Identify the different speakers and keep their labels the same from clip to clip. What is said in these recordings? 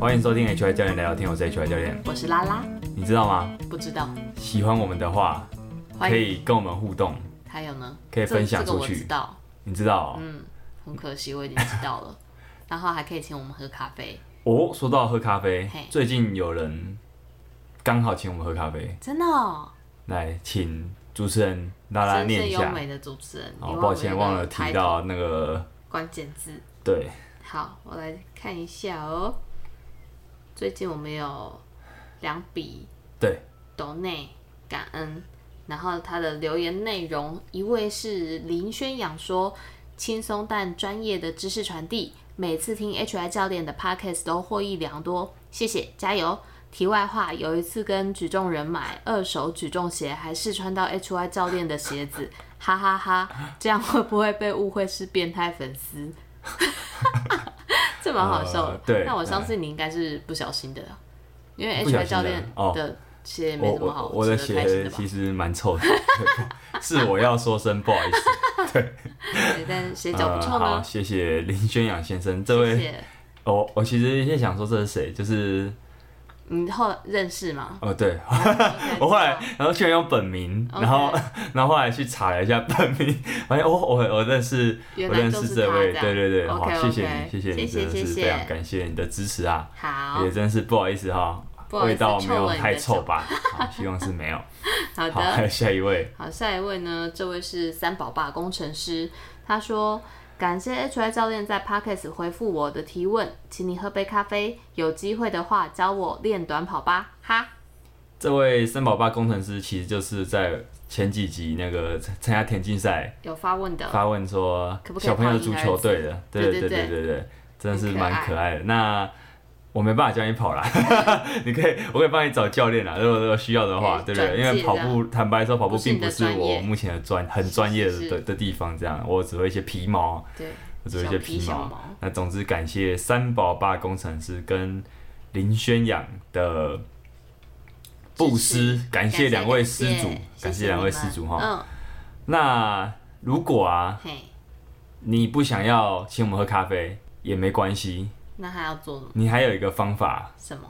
Speaker 1: 欢迎收听 HY 教练聊聊天，我是 HY 教练。
Speaker 2: 我是拉拉，
Speaker 1: 你知道吗？
Speaker 2: 不知道，
Speaker 1: 喜欢我们的话，
Speaker 2: 欢
Speaker 1: 可
Speaker 2: 迎。
Speaker 1: 以跟我们互动。
Speaker 2: 还有呢？
Speaker 1: 可以分享出去
Speaker 2: 这这个我知道，
Speaker 1: 你知道哦？
Speaker 2: 嗯，很可惜我已经知道了。 然后还可以请我们喝咖啡，
Speaker 1: 哦，说到喝咖啡
Speaker 2: 嘿，
Speaker 1: 最近有人刚好请我们喝咖啡，
Speaker 2: 真的哦。
Speaker 1: 来请主持人拉拉
Speaker 2: 真是
Speaker 1: 念一
Speaker 2: 优
Speaker 1: 下。
Speaker 2: 美的主持人，
Speaker 1: 哦
Speaker 2: 你，
Speaker 1: 抱歉，忘
Speaker 2: 我
Speaker 1: 了
Speaker 2: 那个
Speaker 1: 提
Speaker 2: title
Speaker 1: 到那个，
Speaker 2: 关键字。
Speaker 1: 对，
Speaker 2: 好，我来看一下哦。最近我们有两笔
Speaker 1: 对
Speaker 2: 斗内感恩，然后他的留言内容，一位是林宣扬说，轻松但专业的知识传递，每次听 HI 教练的 podcast 都获益良多，谢谢，加油！题外话，有一次跟举重人买二手举重鞋，还试穿到 HY 教练的鞋子，哈哈哈这样会不会被误会是变态粉丝？ 这蛮好笑的。
Speaker 1: 呃对
Speaker 2: 那我相信你应该是不小心的，因为
Speaker 1: 不小心
Speaker 2: HY
Speaker 1: 的
Speaker 2: 教练
Speaker 1: 哦
Speaker 2: 的鞋
Speaker 1: 我
Speaker 2: 没什么好
Speaker 1: 我我的
Speaker 2: 值得开心
Speaker 1: 鞋
Speaker 2: 的吧
Speaker 1: 其？实蛮臭的， 是我要说声不好意思。
Speaker 2: 对，但鞋脚不
Speaker 1: 呃
Speaker 2: 臭
Speaker 1: 好，
Speaker 2: 呢。
Speaker 1: 谢谢林宣阳先生，这
Speaker 2: 谢
Speaker 1: 位
Speaker 2: 谢。
Speaker 1: 我我其实也想说这是谁，就是？
Speaker 2: 你后来认识吗
Speaker 1: 哦对，
Speaker 2: 我
Speaker 1: 我后来然后居然用本名，
Speaker 2: OK
Speaker 1: 然后然后后来去查了一下本名，发现哦我我认识我
Speaker 2: 原来
Speaker 1: 认
Speaker 2: 就
Speaker 1: 识
Speaker 2: 是他
Speaker 1: 这位，
Speaker 2: 样
Speaker 1: 对对对，好
Speaker 2: OK，
Speaker 1: 谢谢你谢
Speaker 2: 谢
Speaker 1: 你，真的
Speaker 2: 谢
Speaker 1: 是非常
Speaker 2: 谢。
Speaker 1: 感谢你的支持啊，
Speaker 2: 好
Speaker 1: 也，真是不好意思哈
Speaker 2: 不，好意思
Speaker 1: 味道没
Speaker 2: 臭
Speaker 1: 有
Speaker 2: 了你
Speaker 1: 太
Speaker 2: 的
Speaker 1: 臭
Speaker 2: 手
Speaker 1: 吧，好希望是没有。
Speaker 2: 好
Speaker 1: 好，
Speaker 2: 的
Speaker 1: 还。有下一位，
Speaker 2: 好，下一位呢？这位是三宝爸工程师，他说：“感谢 HI 教练在 Pockets 回复我的提问，请你喝杯咖啡，有机会的话教我练短跑吧，哈。
Speaker 1: 这位森宝爸工程师其实就是在前几集那个参参加田径赛。”
Speaker 2: 有发问的，
Speaker 1: 发问说
Speaker 2: 可不可以
Speaker 1: 小朋友足球队的，
Speaker 2: 换
Speaker 1: 对
Speaker 2: 婴儿
Speaker 1: 对
Speaker 2: 姿
Speaker 1: 对对对，真的是
Speaker 2: 很可
Speaker 1: 蛮
Speaker 2: 爱
Speaker 1: 可爱的。那我没办法教你跑啦， 你可以，我可以帮你找教练啦，啊如果如果需要的话，
Speaker 2: 可
Speaker 1: 对
Speaker 2: 以
Speaker 1: 不对？因
Speaker 2: 转
Speaker 1: 为
Speaker 2: 介
Speaker 1: 跑步，坦白说，跑步
Speaker 2: 不是你
Speaker 1: 并
Speaker 2: 的
Speaker 1: 不是
Speaker 2: 专业
Speaker 1: 我目前的专很专业
Speaker 2: 是
Speaker 1: 的
Speaker 2: 是
Speaker 1: 的的地方，这样我只会一些皮毛，
Speaker 2: 对，
Speaker 1: 我只会一些
Speaker 2: 小皮
Speaker 1: 皮
Speaker 2: 小
Speaker 1: 毛
Speaker 2: 毛。
Speaker 1: 那总之感谢三宝爸工程师跟林宣养的。布施，感谢两位施主，感谢两位施主哈。
Speaker 2: 哈。
Speaker 1: 那如果啊
Speaker 2: 嗯，，嘿，
Speaker 1: 你不想要请我们喝咖啡也没关系，
Speaker 2: 那还要做
Speaker 1: 你还有一个方法，
Speaker 2: 什么？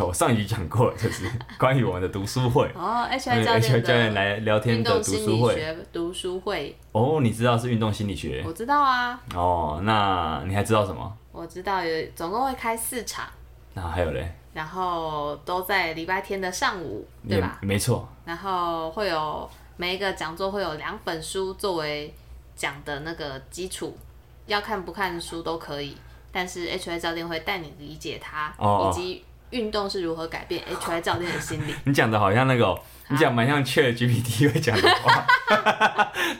Speaker 1: 我上集讲过，就是关于我们的读书 会，
Speaker 2: 哦，HI
Speaker 1: 对
Speaker 2: 教
Speaker 1: H
Speaker 2: 练
Speaker 1: 教练
Speaker 2: 的
Speaker 1: 来聊天
Speaker 2: 运
Speaker 1: 的
Speaker 2: 动
Speaker 1: 读
Speaker 2: 心
Speaker 1: 书
Speaker 2: 理
Speaker 1: 会。
Speaker 2: 学读书会，
Speaker 1: 哦，你知道是运动心理学
Speaker 2: 我知道啊，
Speaker 1: 哦，那你还知道什么？
Speaker 2: 我知道有总共会开四场，
Speaker 1: 那还有嘞，
Speaker 2: 然后都在礼拜天的上午，对
Speaker 1: 也
Speaker 2: 吧？
Speaker 1: 没错，
Speaker 2: 然后会有每一个讲座会有两本书作为讲的那个基础，要看不看书都可以，但是 HI 教练会带你理解它，
Speaker 1: 哦哦
Speaker 2: 以及运动是如何改变 HI 教练的心理。
Speaker 1: 你讲的好像那个
Speaker 2: 啊
Speaker 1: 哦、你讲蛮像 Chat GPT 会讲的 话，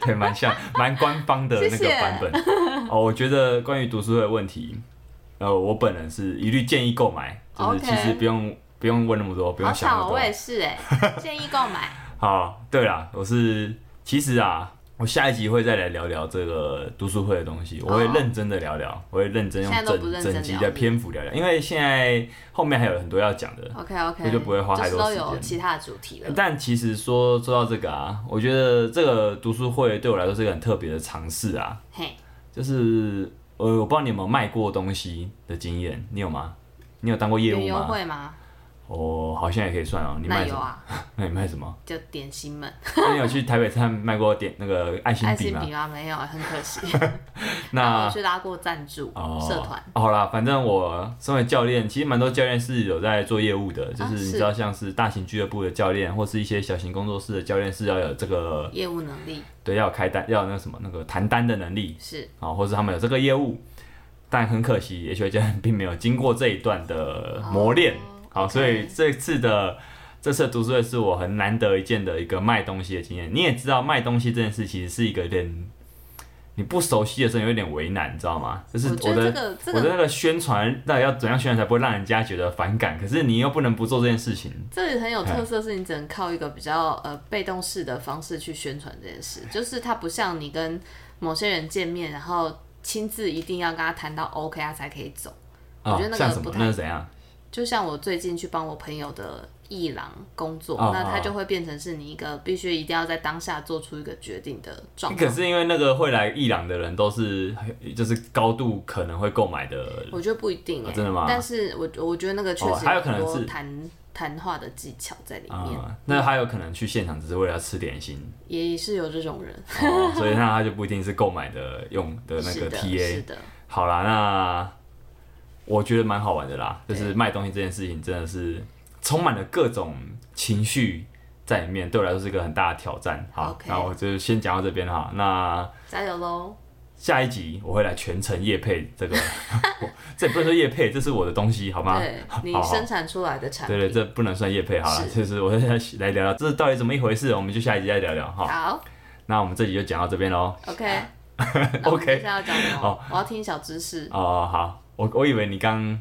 Speaker 1: 对，蛮像，蛮官方的那
Speaker 2: 谢
Speaker 1: 个
Speaker 2: 谢
Speaker 1: 版本。哦，我觉得关于读书会的问题，呃，我本人是一律建议购买，就是
Speaker 2: OK
Speaker 1: 其实不用不用问那么多，不
Speaker 2: 好
Speaker 1: 用想那
Speaker 2: 巧，
Speaker 1: 么多
Speaker 2: 我。也 是哎、建议购买。
Speaker 1: 好，对啦，我是其实啊，我下一集会再来聊聊这个读书会的东西，我会
Speaker 2: 哦
Speaker 1: 认真的聊聊，我会认真用
Speaker 2: 现在都不
Speaker 1: 整
Speaker 2: 认真
Speaker 1: 整集
Speaker 2: 聊
Speaker 1: 的篇幅聊聊，因为现在后面还有很多要讲的。
Speaker 2: OK OK，
Speaker 1: 那就不会花太多
Speaker 2: 就是
Speaker 1: 时
Speaker 2: 都有
Speaker 1: 间
Speaker 2: 其他的主题了。
Speaker 1: 但其实说说到这个啊，我觉得这个读书会对我来说是一个很特别的尝试啊，
Speaker 2: 嘿，
Speaker 1: 就是呃，我不知道你有没有卖过东西的经验，你有吗？你有当过业
Speaker 2: 有
Speaker 1: 务
Speaker 2: 优
Speaker 1: 吗？
Speaker 2: 惠吗？
Speaker 1: 哦，好像也可以算哦。你
Speaker 2: 那
Speaker 1: 卖什
Speaker 2: 有
Speaker 1: 么？
Speaker 2: 啊，
Speaker 1: 那你卖什么？
Speaker 2: 就点心们，
Speaker 1: 那你有去台北站卖过点那个爱心
Speaker 2: 爱
Speaker 1: 笔
Speaker 2: 心
Speaker 1: 吗？
Speaker 2: 笔吗？没有，很可 惜。然
Speaker 1: 那
Speaker 2: 后去拉过赞助
Speaker 1: 哦，
Speaker 2: 社团，
Speaker 1: 哦好啦，反正我身为教练，其实蛮多教练是有在做业务的，就是
Speaker 2: 啊是
Speaker 1: 你知道像是大型俱乐部的教练，或是一些小型工作室的教练是要有这个
Speaker 2: 业务能力
Speaker 1: 对要有开单要有那个什么那个谈单的能力，
Speaker 2: 是
Speaker 1: 啊、或是他们有这个业务，但很可惜，也许教练并没有经过这一段的磨练。好、
Speaker 2: 哦 OK
Speaker 1: 所以这次的这次的读书会是我很难得一见的一个卖东西的经验。你也知道，卖东西这件事其实是一个有点你不熟悉的时候，有点为难，你知道吗？就是
Speaker 2: 我
Speaker 1: 我
Speaker 2: 觉得
Speaker 1: 的。
Speaker 2: 这个这
Speaker 1: 我的
Speaker 2: 个
Speaker 1: 那个宣传到底要怎样宣传才不会让人家觉得反感？可是你又不能不做这件事情，
Speaker 2: 这里很有特色，是你只能靠一个比较呃被动式的方式去宣传这件事，就是它不像你跟某些人见面，然后亲自一定要跟他谈到 OK 他才可以走。我
Speaker 1: 啊、
Speaker 2: 觉得那个
Speaker 1: 像什么
Speaker 2: 不太
Speaker 1: 那是怎样？
Speaker 2: 就像我最近去帮我朋友的艺廊工作，
Speaker 1: 哦
Speaker 2: 那它
Speaker 1: 哦
Speaker 2: 就会变成是你一个必须一定要在当下做出一个决定的状
Speaker 1: 可
Speaker 2: 态。
Speaker 1: 是因为那个会来伊朗的人都是就是高度可能会购买的人，
Speaker 2: 我觉得不一定、欸
Speaker 1: 哦真的吗
Speaker 2: 但是我我觉得那个确
Speaker 1: 哦
Speaker 2: 实
Speaker 1: 还有可能
Speaker 2: 很多
Speaker 1: 是
Speaker 2: 谈谈话的技巧在里面，
Speaker 1: 嗯，那他有可能去现场只是为了要吃点心，
Speaker 2: 也是有这种人。
Speaker 1: 哦、所以那他就不一定是购买的用的那
Speaker 2: 是
Speaker 1: 个
Speaker 2: 的，
Speaker 1: TA
Speaker 2: 是。的，
Speaker 1: 好啦，那我觉得蛮好玩的啦，就
Speaker 2: 对
Speaker 1: 是卖东西这件事情真的是充满了各种情绪在里面，对我来说是一个很大的挑战。好
Speaker 2: OK
Speaker 1: 那我就先讲到这边哈。那
Speaker 2: 加油喽！
Speaker 1: 下一集我会来全程夜配这个， 我这也不能说夜配，这是我的东 西好吗？
Speaker 2: 对你
Speaker 1: 好好
Speaker 2: 生产出来的产
Speaker 1: 对对，
Speaker 2: 品，
Speaker 1: 这不能算夜配好了，
Speaker 2: 是
Speaker 1: 就是我会来来聊聊这到底怎么一回事，我们就下一集再聊聊哈。
Speaker 2: 好
Speaker 1: 那我们这集就讲到这边喽。
Speaker 2: ，OK，那 我们
Speaker 1: OK
Speaker 2: 接下来要讲什么？我要听小知识，
Speaker 1: 哦、好，我我以为你刚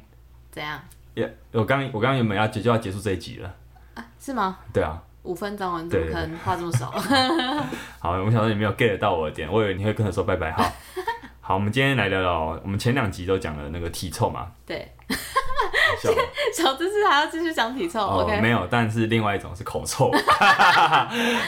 Speaker 2: 怎样？
Speaker 1: 也，我刚我刚原本要结就要结束这一集了，
Speaker 2: 啊，是吗？
Speaker 1: 对啊。
Speaker 2: 五分钟，你怎么
Speaker 1: 对
Speaker 2: 可能话这么少？
Speaker 1: 好，我想说你没有 get 到我的点，我以为你会跟他说拜拜。 好，好，我们今天来聊聊，我们前两集都讲了那个体臭嘛，
Speaker 2: 对，
Speaker 1: 笑了
Speaker 2: 小知识还要继续讲体臭
Speaker 1: 哦
Speaker 2: ，OK？
Speaker 1: 没有，但是另外一种是口 臭。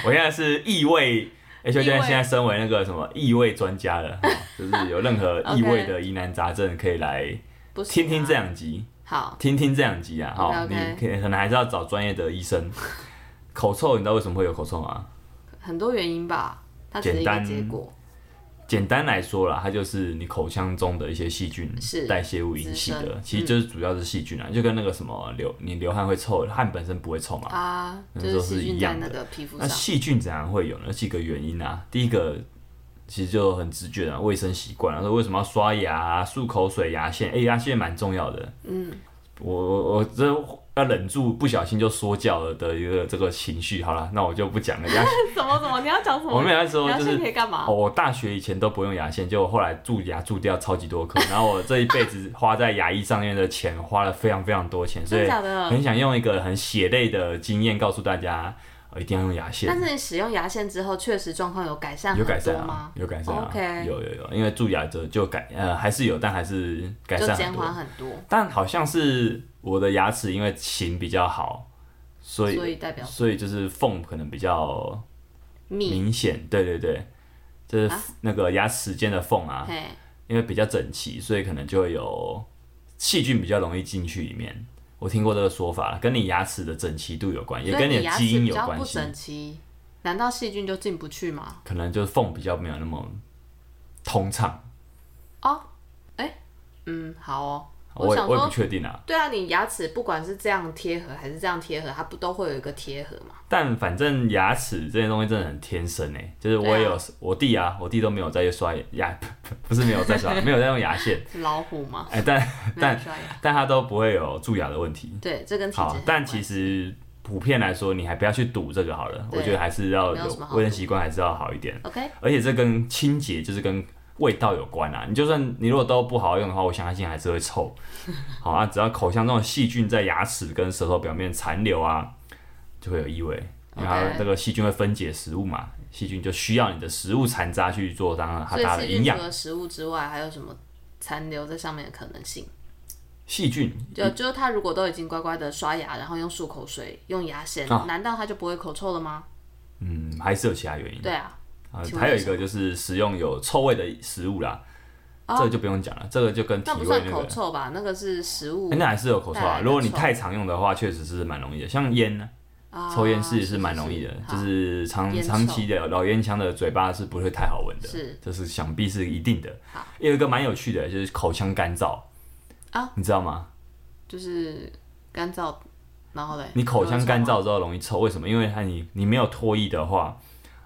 Speaker 1: 我现在是异味，而且
Speaker 2: 异味
Speaker 1: 现在身为那个什么异味专家了，哦就是有任何
Speaker 2: OK
Speaker 1: 异味的疑难杂症可以来
Speaker 2: 不行啊
Speaker 1: 听听这两集，
Speaker 2: 好，
Speaker 1: 听听这两集啊，哈，你
Speaker 2: OK，OK
Speaker 1: 可以可能还是要找专业的医生。 口臭，你知道为什么会有口臭吗？
Speaker 2: 很多原因吧，它只是一
Speaker 1: 简
Speaker 2: 个
Speaker 1: 单
Speaker 2: 结果，
Speaker 1: 简单来说啦，它就是你口腔中的一些细菌
Speaker 2: 是
Speaker 1: 代谢物引起
Speaker 2: 滋
Speaker 1: 的
Speaker 2: 生，
Speaker 1: 其实就是主要是细菌啊，就跟那个什么流你流汗会臭，汗本身不会臭嘛。
Speaker 2: 啊，
Speaker 1: 那
Speaker 2: 就是
Speaker 1: 嗯都是
Speaker 2: 细菌
Speaker 1: 一
Speaker 2: 在
Speaker 1: 样
Speaker 2: 那
Speaker 1: 的啊
Speaker 2: 个皮肤
Speaker 1: 那
Speaker 2: 上，
Speaker 1: 细菌怎样会有呢？几个原因啊，第一个其实就很直觉的、啊、卫生习惯啊，说为什么要刷牙、啊、漱口水、牙线？哎、牙线蛮重要的。嗯，我我我这要忍住不小心就说教了的一个这个情绪。好了，那我就不讲了。 牙线，
Speaker 2: 什么什么？你要讲什么？
Speaker 1: 我们有时候
Speaker 2: 你要
Speaker 1: 就是
Speaker 2: 先可以干嘛
Speaker 1: 哦，？我大学以前都不用牙线，结果后来蛀牙蛀掉超级多颗，然后我这一辈子花在牙医上面的钱花了非常非常多钱，所
Speaker 2: 真的
Speaker 1: 以
Speaker 2: 假的？
Speaker 1: 很想用一个很血泪的经验告诉大家，呃一定要用牙线
Speaker 2: 但。是你使用牙线之后，确实状况有改善
Speaker 1: 有
Speaker 2: 很
Speaker 1: 改善
Speaker 2: 多
Speaker 1: 啊
Speaker 2: 吗，？哦
Speaker 1: 有改善啊
Speaker 2: OK
Speaker 1: 有有有，因为蛀牙就就改呃还是有，但还是改
Speaker 2: 就
Speaker 1: 善
Speaker 2: 减
Speaker 1: 很多
Speaker 2: 缓。很多，
Speaker 1: 但好像是我的牙齿因为型比较好，所
Speaker 2: 所
Speaker 1: 以
Speaker 2: 以代表
Speaker 1: 所以就是缝可能比较
Speaker 2: 密，
Speaker 1: 明显，对对对，就是
Speaker 2: 啊
Speaker 1: 那个牙齿间的缝啊，
Speaker 2: 嘿，
Speaker 1: 因为比较整齐，所以可能就会有细菌比较容易进去里面。我听过这个说法，跟你牙齿的整齐度有关，也
Speaker 2: 所以
Speaker 1: 跟
Speaker 2: 你
Speaker 1: 的
Speaker 2: 牙齿
Speaker 1: 基因
Speaker 2: 比
Speaker 1: 有
Speaker 2: 较
Speaker 1: 关
Speaker 2: 不
Speaker 1: 系。
Speaker 2: 整齐，难道细菌就进不去吗？
Speaker 1: 可能就是缝比较没有那么通畅，
Speaker 2: 哦，哎，嗯，好哦，
Speaker 1: 我也
Speaker 2: 想
Speaker 1: 我也不
Speaker 2: 说。
Speaker 1: 确定啊。
Speaker 2: 对啊，你牙齿不管是这样贴合还是这样贴合，它不都会有一个贴合吗？
Speaker 1: 但反正牙齿这些东西真的很天生哎、就是我也有、我弟啊，我弟都没有在刷牙， 不是没有在刷，没有在用牙线，
Speaker 2: 是老虎 吗？
Speaker 1: 哎、但
Speaker 2: 没有
Speaker 1: 但
Speaker 2: 刷牙。
Speaker 1: 但他都不会有蛀牙的问题。
Speaker 2: 对，这跟体质
Speaker 1: 好
Speaker 2: 很有，
Speaker 1: 但
Speaker 2: 关
Speaker 1: 其实普遍来说，你还不要去赌这个好了，
Speaker 2: 对
Speaker 1: 我觉得还是要
Speaker 2: 没有
Speaker 1: 有
Speaker 2: 什么好
Speaker 1: 卫生习惯还是要好一点，
Speaker 2: OK，
Speaker 1: 而且这跟清洁就是跟味道有关啊。你就算你如果都不好好用的话，我相信还是会 臭。好啊，只要口腔中的细菌在牙齿跟舌头表面残留啊，就会有异味，因为它
Speaker 2: OK
Speaker 1: 这个细菌会分解食物嘛，细菌就需要你的食物残渣去做当它
Speaker 2: 所以
Speaker 1: 它
Speaker 2: 细
Speaker 1: 的
Speaker 2: 菌
Speaker 1: 营养
Speaker 2: 除。了食物之外，还有什么残留在上面的可能性？
Speaker 1: 细菌
Speaker 2: 就就是它如果都已经乖乖的刷牙，然后用漱口水、用牙线，
Speaker 1: 啊
Speaker 2: 难道它就不会口臭了吗？
Speaker 1: 嗯，还是有其他原因。
Speaker 2: 对啊，
Speaker 1: 啊
Speaker 2: 请，问
Speaker 1: 还有
Speaker 2: 是
Speaker 1: 一个就是食用有臭味的食物啦，
Speaker 2: 哦
Speaker 1: 这个就不用讲了，这个就跟体
Speaker 2: 那不
Speaker 1: 味
Speaker 2: 算
Speaker 1: 那
Speaker 2: 口
Speaker 1: 个，
Speaker 2: 臭吧？那个是食物
Speaker 1: 哎嗯那还是有口臭
Speaker 2: 带来
Speaker 1: 啊。
Speaker 2: 的
Speaker 1: 如果你
Speaker 2: 臭
Speaker 1: 太常用的话，确实是蛮容易的，像烟呢，
Speaker 2: 啊，
Speaker 1: 抽烟是是蛮容易的，
Speaker 2: 好
Speaker 1: 就是长
Speaker 2: 烟
Speaker 1: 长期的老烟枪的嘴巴是不会太好闻的，
Speaker 2: 是
Speaker 1: 这是想必是一定的
Speaker 2: 好。
Speaker 1: 有一个蛮有趣的，就是口腔干燥
Speaker 2: 啊，
Speaker 1: 你知道吗？
Speaker 2: 就是干燥，然后嘞，
Speaker 1: 你口腔干
Speaker 2: 有
Speaker 1: 燥之后容易臭，为什么？因为它你你没有唾液的话，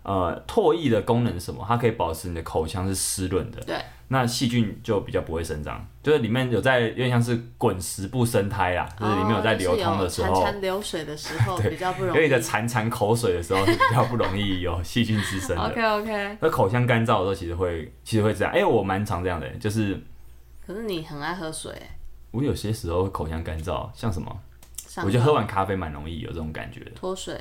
Speaker 1: 呃，唾液的功能是什么？它可以保持你的口腔是湿润的
Speaker 2: 臭吗，对，
Speaker 1: 那细菌就比较不会生长，就是里面有在有点像是滚石不生苔啦，哦就是里面有在流通的时
Speaker 2: 哦就是
Speaker 1: 候
Speaker 2: 有潺潺，流水的时 候比较不容
Speaker 1: 有你
Speaker 2: 易
Speaker 1: 在潺潺口水的时候是比较不容易有细菌滋生的。
Speaker 2: OK OK，
Speaker 1: 那口腔干燥的时候，其实会其实会这样，哎、我蛮常这样的、就是
Speaker 2: 可是你很爱喝水，
Speaker 1: 我有些时候会口腔干燥，像什么，
Speaker 2: 上
Speaker 1: 我觉得喝完咖啡蛮容易有这种感觉的，
Speaker 2: 脱水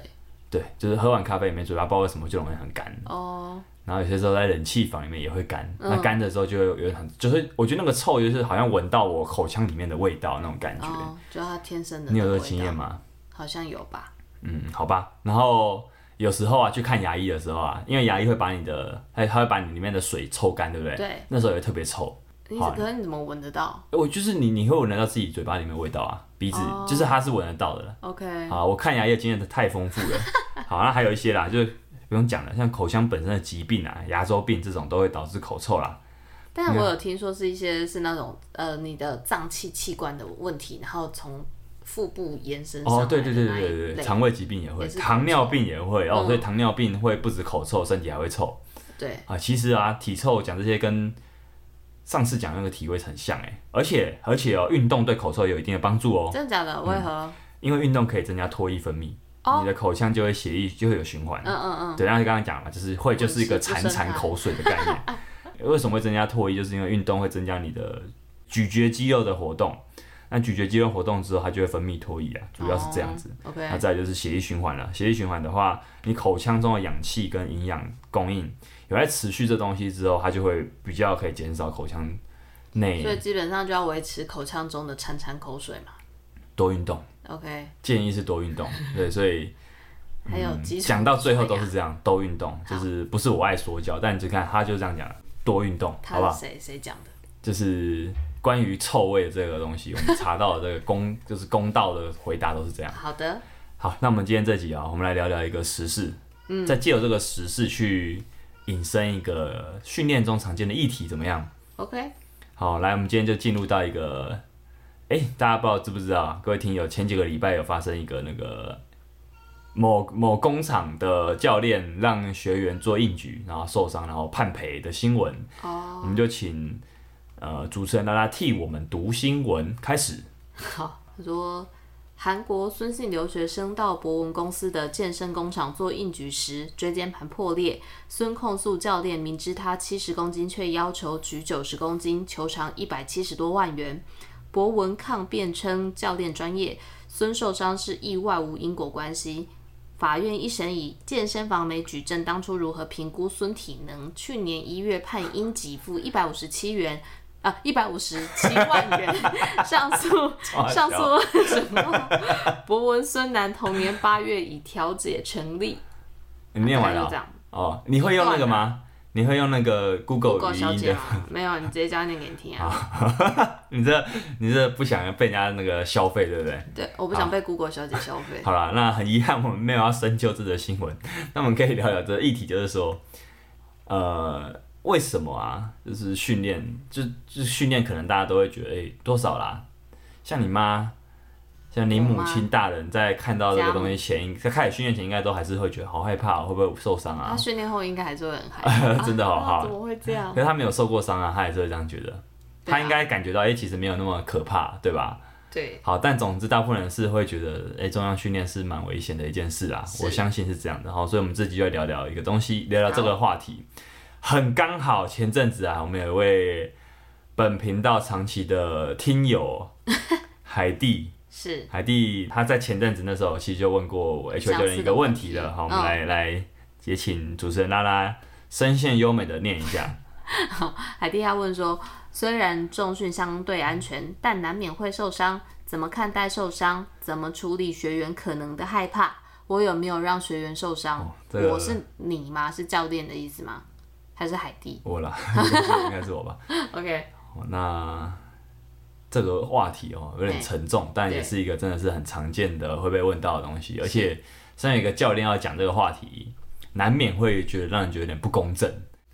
Speaker 1: 对，就是喝完咖啡里面嘴巴不知道为什么就容易很干，
Speaker 2: 哦，
Speaker 1: 然后有些时候在冷气房里面也会干，
Speaker 2: 嗯
Speaker 1: 那干的时候就会有有很，就是我觉得那个臭就是好像闻到我口腔里面的味道那种感觉。
Speaker 2: 哦，就它天生的那
Speaker 1: 你有
Speaker 2: 个
Speaker 1: 这
Speaker 2: 味
Speaker 1: 个
Speaker 2: 道，
Speaker 1: 经验吗？
Speaker 2: 好好像有吧？
Speaker 1: 嗯，好吧。然后有时候啊，去看牙医的时候啊，因为牙医会把你的，他他会把你里面的水抽干，对不对？
Speaker 2: 对。
Speaker 1: 那时候也特别臭，
Speaker 2: 你
Speaker 1: 好
Speaker 2: 可是你怎么闻得到
Speaker 1: 我就是你你会闻得到自己嘴巴里面的味道啊，鼻子、
Speaker 2: 哦
Speaker 1: 就是它是闻得到的啦。
Speaker 2: ？OK，
Speaker 1: 好，啊我看牙医的经验太丰富了。好，啊那还有一些啦，就是不用讲了，像口腔本身的疾病啊，牙周病这种都会导致口臭啦。
Speaker 2: 但我有听说是一些是那种呃你的脏器器官的问题，然后从腹部延伸上
Speaker 1: 哦，
Speaker 2: 来
Speaker 1: 对对对
Speaker 2: 的那一
Speaker 1: 对对对，
Speaker 2: 类
Speaker 1: 肠胃疾病也会，
Speaker 2: 也是口臭
Speaker 1: 糖尿病也会哦，
Speaker 2: 嗯
Speaker 1: 所以糖尿病会不止口臭，身体还会臭
Speaker 2: 对
Speaker 1: 啊。其实啊，体臭讲这些跟上次讲那个体味很像哎、而且而且哦，运动对口臭有一定的帮助哦，
Speaker 2: 真的假的？为何？
Speaker 1: 因为运动可以增加唾液分泌，
Speaker 2: 哦
Speaker 1: 你的口腔就会血液就会有循环。
Speaker 2: 嗯嗯嗯，
Speaker 1: 对，然后刚刚讲了，就是会就是一个
Speaker 2: 不是不
Speaker 1: 潺
Speaker 2: 生啊
Speaker 1: 潺
Speaker 2: 汗
Speaker 1: 口水的概 念。为什么会增加唾液？就是因为运动会增加你的咀嚼肌肉的活动，那咀嚼肌肉活动之后，它就会分泌唾液啊，主要是这样子。
Speaker 2: 哦。
Speaker 1: 那
Speaker 2: OK，
Speaker 1: 再来就是血液循环了。血液循环的话，你口腔中的氧气跟营养供应有在持续这东西之后，它就会比较可以减少口腔内
Speaker 2: 所以基本上就要维持口腔中的潺潺口水嘛。
Speaker 1: 多运动。
Speaker 2: OK，
Speaker 1: 建议是多运动，对，所以 嗯
Speaker 2: 还有基础
Speaker 1: 讲到最后
Speaker 2: 水
Speaker 1: 都
Speaker 2: 啊
Speaker 1: 是这样，多运动，就是不是我爱说教，但你就看他就这样讲了，多运动，好不
Speaker 2: 啊
Speaker 1: 好
Speaker 2: 他是？谁谁讲的？
Speaker 1: 就是关于臭味这个东西，我们查到的这个公就是公道的回答都是这样。
Speaker 2: 好的，
Speaker 1: 好，那我们今天这集啊，我们来聊聊一个时事，嗯，再借由这个时事去引申一个训练中常见的议题，怎么样？
Speaker 2: OK，
Speaker 1: 好，来，我们今天就进入到一个，哎、大家不知道知不知道啊？各位听友，前几个礼拜有发生一个那个某某工厂的教练让学员做硬举，然后受伤，然后判赔的新闻。
Speaker 2: 哦，
Speaker 1: 我们就请呃主持人让他替我们读新闻，开始。
Speaker 2: 好，他说韩国孙姓留学生到博文公司的健身工厂做硬举时，椎间盘破裂。孙控诉教练明知他七十公斤，却要求举九十公斤，求偿一百七十多万元。博文抗辩称教练专业，孙受伤是意外无因果关系。法院一审以健身房没举证当初如何评估孙体能，去年一月判应给付一百五十七元，啊一百五十七万元 上诉
Speaker 1: 超好笑
Speaker 2: 上诉什么？博文孙男同年八月已调解成立，
Speaker 1: 你念完了
Speaker 2: 大概就这
Speaker 1: 哦
Speaker 2: 样。
Speaker 1: 哦？你会用那个吗？你会用那个 Google
Speaker 2: 狗
Speaker 1: 语
Speaker 2: 小
Speaker 1: 音
Speaker 2: 姐啊
Speaker 1: 的？
Speaker 2: 吗？没有，你直接叫她念给你听啊。
Speaker 1: 你这你这不想被人家那个消费，对不对？
Speaker 2: 对，我不想被 Google 小姐消费。
Speaker 1: 好啦，那很遗憾我们没有要深究这则新闻， 那我们可以聊聊这个议题，就是说，呃，为什么啊？就是训练，就就训练，可能大家都会觉得，哎、多少啦？像你妈，像你母
Speaker 2: 我
Speaker 1: 亲大人，在看到这
Speaker 2: 家
Speaker 1: 个
Speaker 2: 母
Speaker 1: 东西前，在开始训练前，应该都还是会觉得好害怕哦、会不会受伤
Speaker 2: 她
Speaker 1: 啊？，
Speaker 2: 训练后应该还是会很害怕
Speaker 1: 真的好
Speaker 2: 啊
Speaker 1: 好
Speaker 2: 怎么会这样
Speaker 1: 可？是她没有受过伤啊，她还是会这样觉得。
Speaker 2: 对啊
Speaker 1: 她应该感觉到，哎、其实没有那么可怕，对吧？
Speaker 2: 对，
Speaker 1: 好，但总之，大部分人是会觉得，哎、中央训练是蛮危险的一件事啊，
Speaker 2: 是
Speaker 1: 我相信是这样的。好，所以我们这集就来聊聊一个东西，聊聊这个话题。很刚好，前阵子啊，我们有一位本频道长期的听 友海蒂，
Speaker 2: 是
Speaker 1: 海蒂他在前阵子那时候其实就问过我 H
Speaker 2: 相
Speaker 1: O
Speaker 2: 似
Speaker 1: 教练一个
Speaker 2: 的
Speaker 1: 问
Speaker 2: 问
Speaker 1: 题
Speaker 2: 题
Speaker 1: 了。好，我们
Speaker 2: 嗯
Speaker 1: 来、来也请主持人拉拉声线优美的念一下。
Speaker 2: 海蒂亚问说，虽然重训相对安全，但难免会受伤，怎么看待受伤？怎么处理学员可能的害怕？我有没有让学员受伤？
Speaker 1: 哦这个
Speaker 2: 我是你吗？是教练的意思吗？还是海蒂
Speaker 1: 我啦， 应该是应该是我吧。
Speaker 2: ？OK，
Speaker 1: 哦，那这个话题哦有点沉重，但也是一个真的是很常见的会被问到的东西，而且身为一个教练要讲这个话题，难免会觉得让人觉得有点不公正。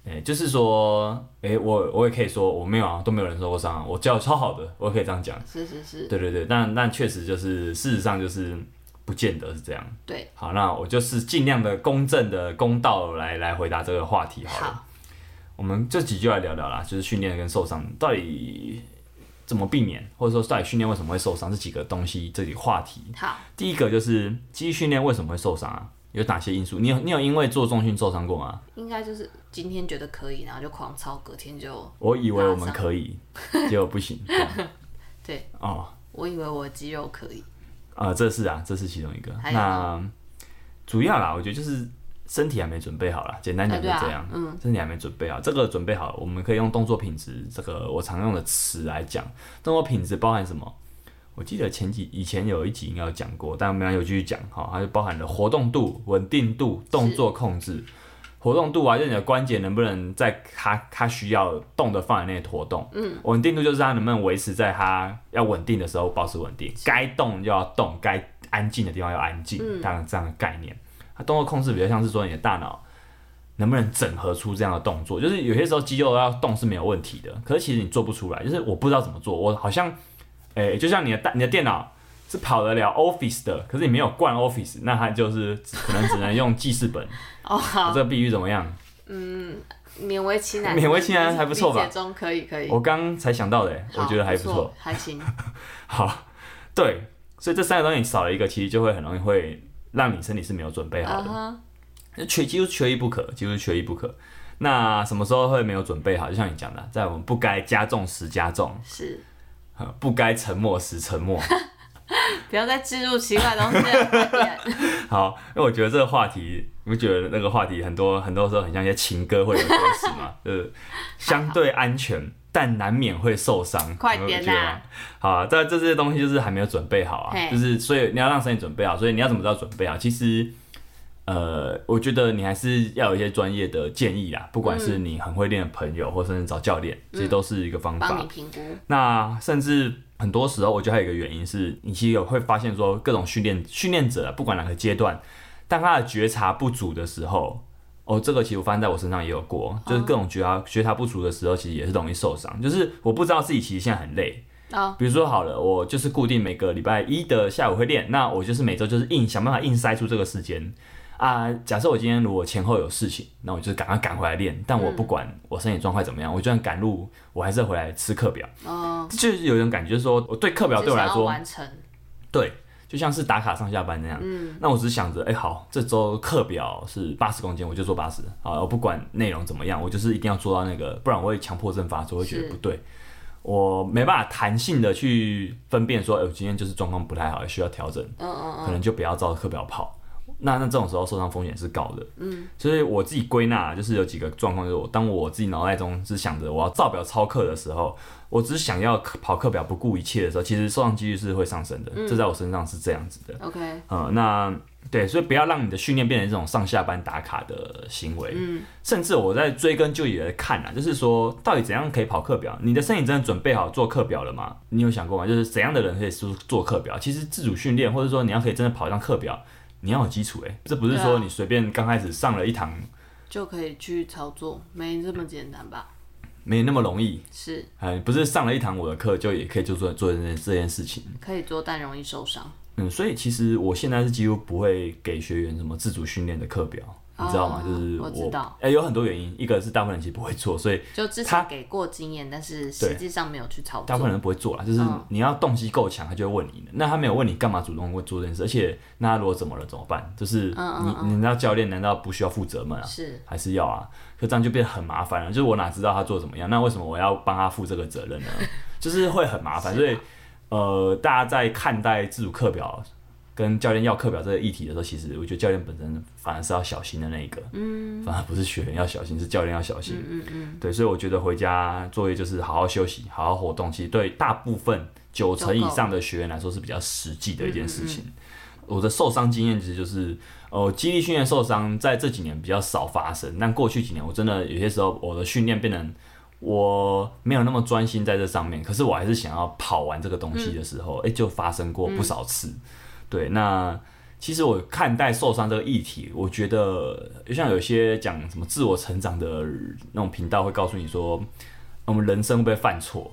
Speaker 1: 哎、就是说，哎、我我也可以说我没有啊，都没有人受过伤啊，我教得超好的，我也可以这样讲。
Speaker 2: 是是是，
Speaker 1: 对对对，但但确实就是事实上就是不见得是这样。
Speaker 2: 对，
Speaker 1: 好，那我就是尽量的公正的公道来来回答这个话题好了。
Speaker 2: 好，
Speaker 1: 我们这集就来聊聊啦，就是训练跟受伤到底怎么避免，或者说到底训练为什么会受伤这几个东西，这几个话题。
Speaker 2: 好，
Speaker 1: 第一个就是肌力训练为什么会受伤啊？有哪些因素？你有你有因为做重训受伤过吗？
Speaker 2: 应该就是今天觉得可以，然后就狂操，隔天就，
Speaker 1: 我以为我们可以， 结果不行。
Speaker 2: 对，
Speaker 1: 哦，
Speaker 2: 我以为我的肌肉可以，
Speaker 1: 啊、这是啊，这是其中一个。
Speaker 2: 还有
Speaker 1: 那主要啦，我觉得就是身体还没准备好啦，简单讲就
Speaker 2: 啊
Speaker 1: 这
Speaker 2: 对啊
Speaker 1: 样。嗯，身体还没准备好，这个准备好，我们可以用动作品质这个我常用的词来讲。动作品质包含什么？我记得前几以前有一集应该有讲过，但我们没有继续讲哈、它就包含了活动度、稳定度、动作控制。活动度啊，就是你的关节能不能在它它需要动的范围内活动。嗯，稳定度就是它能不能维持在它要稳定的时候保持稳定，该动就要动，该安静的地方要安静，这样这样的概念。它动作控制比较像是说你的大脑能不能整合出这样的动作，就是有些时候肌肉要动是没有问题的，可是其实你做不出来，就是我不知道怎么做，我好像，诶、就像你的大你的电脑是跑得了 Office 的，可是你没有灌 Office，那它就是可能只能用记事本。
Speaker 2: 哦，
Speaker 1: 我
Speaker 2: 好，
Speaker 1: 这个比喻怎么样？
Speaker 2: 勉为其难，
Speaker 1: 勉为其难还不错吧
Speaker 2: 理解中可以可以，
Speaker 1: 我刚才想到的欸，我
Speaker 2: 好
Speaker 1: 觉得还
Speaker 2: 不
Speaker 1: 不错。，
Speaker 2: 还行，
Speaker 1: 好，对，所以这三个东西你少了一个，其实就会很容易会让你身体是没有准备好
Speaker 2: 嗯
Speaker 1: 的。
Speaker 2: 哼，
Speaker 1: 缺几乎缺一不可，几乎缺一不可。那什么时候会没有准备好？就像你讲的，在我们不该加重时加重，
Speaker 2: 是，
Speaker 1: 呃 不该沉默时沉默。
Speaker 2: 不要再置入奇怪的东西了，快点
Speaker 1: 好，因为我觉得这个话题，你不觉得那个话题很多很多时候很像一些情歌会有歌词嘛？ 就是相对安全，但难免会受伤。
Speaker 2: 快
Speaker 1: 你会
Speaker 2: 点
Speaker 1: 觉得
Speaker 2: 啦
Speaker 1: 吗！好啊，但这些东西就是还没有准备好啊，
Speaker 2: 嘿
Speaker 1: 就是所以你要让身体准备好，所以你要怎么知道准备好？其实。呃，我觉得你还是要有一些专业的建议啦，不管
Speaker 2: 嗯
Speaker 1: 是你很会练的朋友，或甚至找教练，其实都是一个方法。
Speaker 2: 帮你评估，
Speaker 1: 那甚至很多时候，我觉得还有一个原因是，你其实有会发现说，各种训练训练者啊，不管哪个阶段，当他的觉察不足的时候，哦，这个其实我发现在我身上也有过，就是各种觉察觉察不足的时候，其实也是容易受伤。就是我不知道自己其实现在很累，
Speaker 2: 哦，
Speaker 1: 比如说好了，我就是固定每个礼拜一的下午会练，那我就是每周就是硬想办法硬塞出这个时间啊。假设我今天如果前后有事情，那我就赶快赶回来练，但我不管我身体状况怎么样，我就算赶路，我还是回来吃课表。
Speaker 2: 哦，
Speaker 1: 就是有一种感觉，就是说我对课表对我来
Speaker 2: 只想要
Speaker 1: 说，
Speaker 2: 完成，
Speaker 1: 对，就像是打卡上下班那样。
Speaker 2: 嗯
Speaker 1: 那我只是想着，哎、好，这周课表是八十公斤，我就做八十，好，我不管内容怎么样，我就是一定要做到那个，不然我会强迫症发作，会觉得
Speaker 2: 是
Speaker 1: 不对。我没办法弹性的去分辨说，哎、我今天就是状况不太好，需要调整，
Speaker 2: 嗯嗯
Speaker 1: 可能就不要照课表跑。那那这种时候受伤风险是高的，嗯，所以我自己归纳就是有几个状况，就是我当我自己脑袋中是想着我要照表操课的时候，我只想要跑课表不顾一切的时候，其实受伤几率是会上升的，这在我身上是这样子的，
Speaker 2: 嗯，OK，
Speaker 1: 呃，那对，所以不要让你的训练变成这种上下班打卡的行为。嗯，甚至我在追根究底的看啊，就是说到底怎样可以跑课表？你的身体真的准备好做课表了吗？你有想过吗？就是怎样的人可以做做课表？其实自主训练，或者说你要可以真的跑上课表，你要有基础诶、欸这不是
Speaker 2: 对
Speaker 1: 说
Speaker 2: 啊
Speaker 1: 你随便刚开始上了一堂
Speaker 2: 就可以去操作，没这么简单吧？
Speaker 1: 没那么容易。
Speaker 2: 是
Speaker 1: 呃，不是上了一堂我的课就也可以就做做这件这件事情。
Speaker 2: 可以做，但容易受伤。
Speaker 1: 嗯，所以其实我现在是几乎不会给学员什么自主训练的课表，你知道吗？
Speaker 2: 哦
Speaker 1: 就是
Speaker 2: 我知道
Speaker 1: 哎、有很多原因，一个是大部分人其实不会做，所以
Speaker 2: 就之
Speaker 1: 他
Speaker 2: 前给过经验，但是实际上没有去操
Speaker 1: 大部分
Speaker 2: 作。
Speaker 1: 人不会做啦。就是
Speaker 2: 嗯
Speaker 1: 你要动机够强，他就会问你。那他没有问你干嘛主动会做这件事，而且那他如果怎么了怎么办？就是你，
Speaker 2: 嗯嗯
Speaker 1: 你那教练难道不需要负责吗？
Speaker 2: 是
Speaker 1: 还是要啊？可这样就变得很麻烦了。就是我哪知道他做怎么样？那为什么我要帮他负这个责任呢？ 就是会很麻烦。
Speaker 2: 是啊
Speaker 1: 所以，呃，大家在看待自主课表跟教练要课表这个议题的时候，其实我觉得教练本身反而是要小心的那一个，嗯，反而不是学员要小心，是教练要小心。
Speaker 2: 嗯嗯，
Speaker 1: 对，所以我觉得回家作业就是好好休息，好好活动，其实对大部分九成以上的学员来说是比较实际的一件事
Speaker 2: 嗯
Speaker 1: 情。我的受伤经验其实就是，呃，肌力训练受伤在这几年比较少发生，但过去几年我真的有些时候我的训练变成我没有那么专心在这上面，可是我还是想要跑完这个东西的时
Speaker 2: 嗯
Speaker 1: 候，哎、就发生过不少次。对，那其实我看待受伤这个议题，我觉得像有些讲什么自我成长的那种频道会告诉你说，嗯我们人生会不会犯错？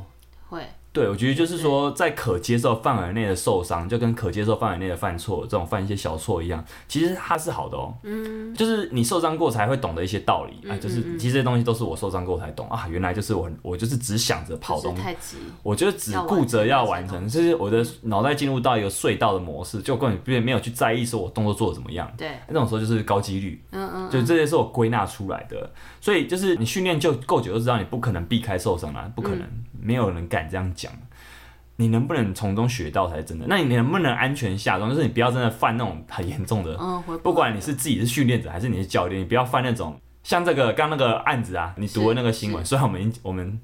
Speaker 2: 会
Speaker 1: 对，我觉得就是说，在可接受范围内的受伤，就跟可接受范围内的犯错，这种犯一些小错一样，其实它是好的哦。嗯，就是你受伤过才会懂得一些道理啊，就是其实这些东西都是我受伤过才懂啊，原来就是我很我就是只想着跑
Speaker 2: 就
Speaker 1: 东
Speaker 2: 是太急，
Speaker 1: 我就只顾着要完成，就是我的脑袋进入到一个隧道的模式，就根本并没有去在意说我动作做的怎么样。
Speaker 2: 对，
Speaker 1: 那种时候就是高几率，
Speaker 2: 嗯嗯，
Speaker 1: 就这些是我归纳出来的。所以就是你训练就够久，就知道你不可能避开受伤啊啦，不可能，没有人敢这样讲。你能不能从中学到才是真的？那你能不能安全下装？就是你不要真的犯那种很严重的
Speaker 2: 嗯，回
Speaker 1: 不管你是自己是训练者还是你是教练，你不要犯那种像这个刚那个案子啊，你读的那个新闻，虽然我们已经我们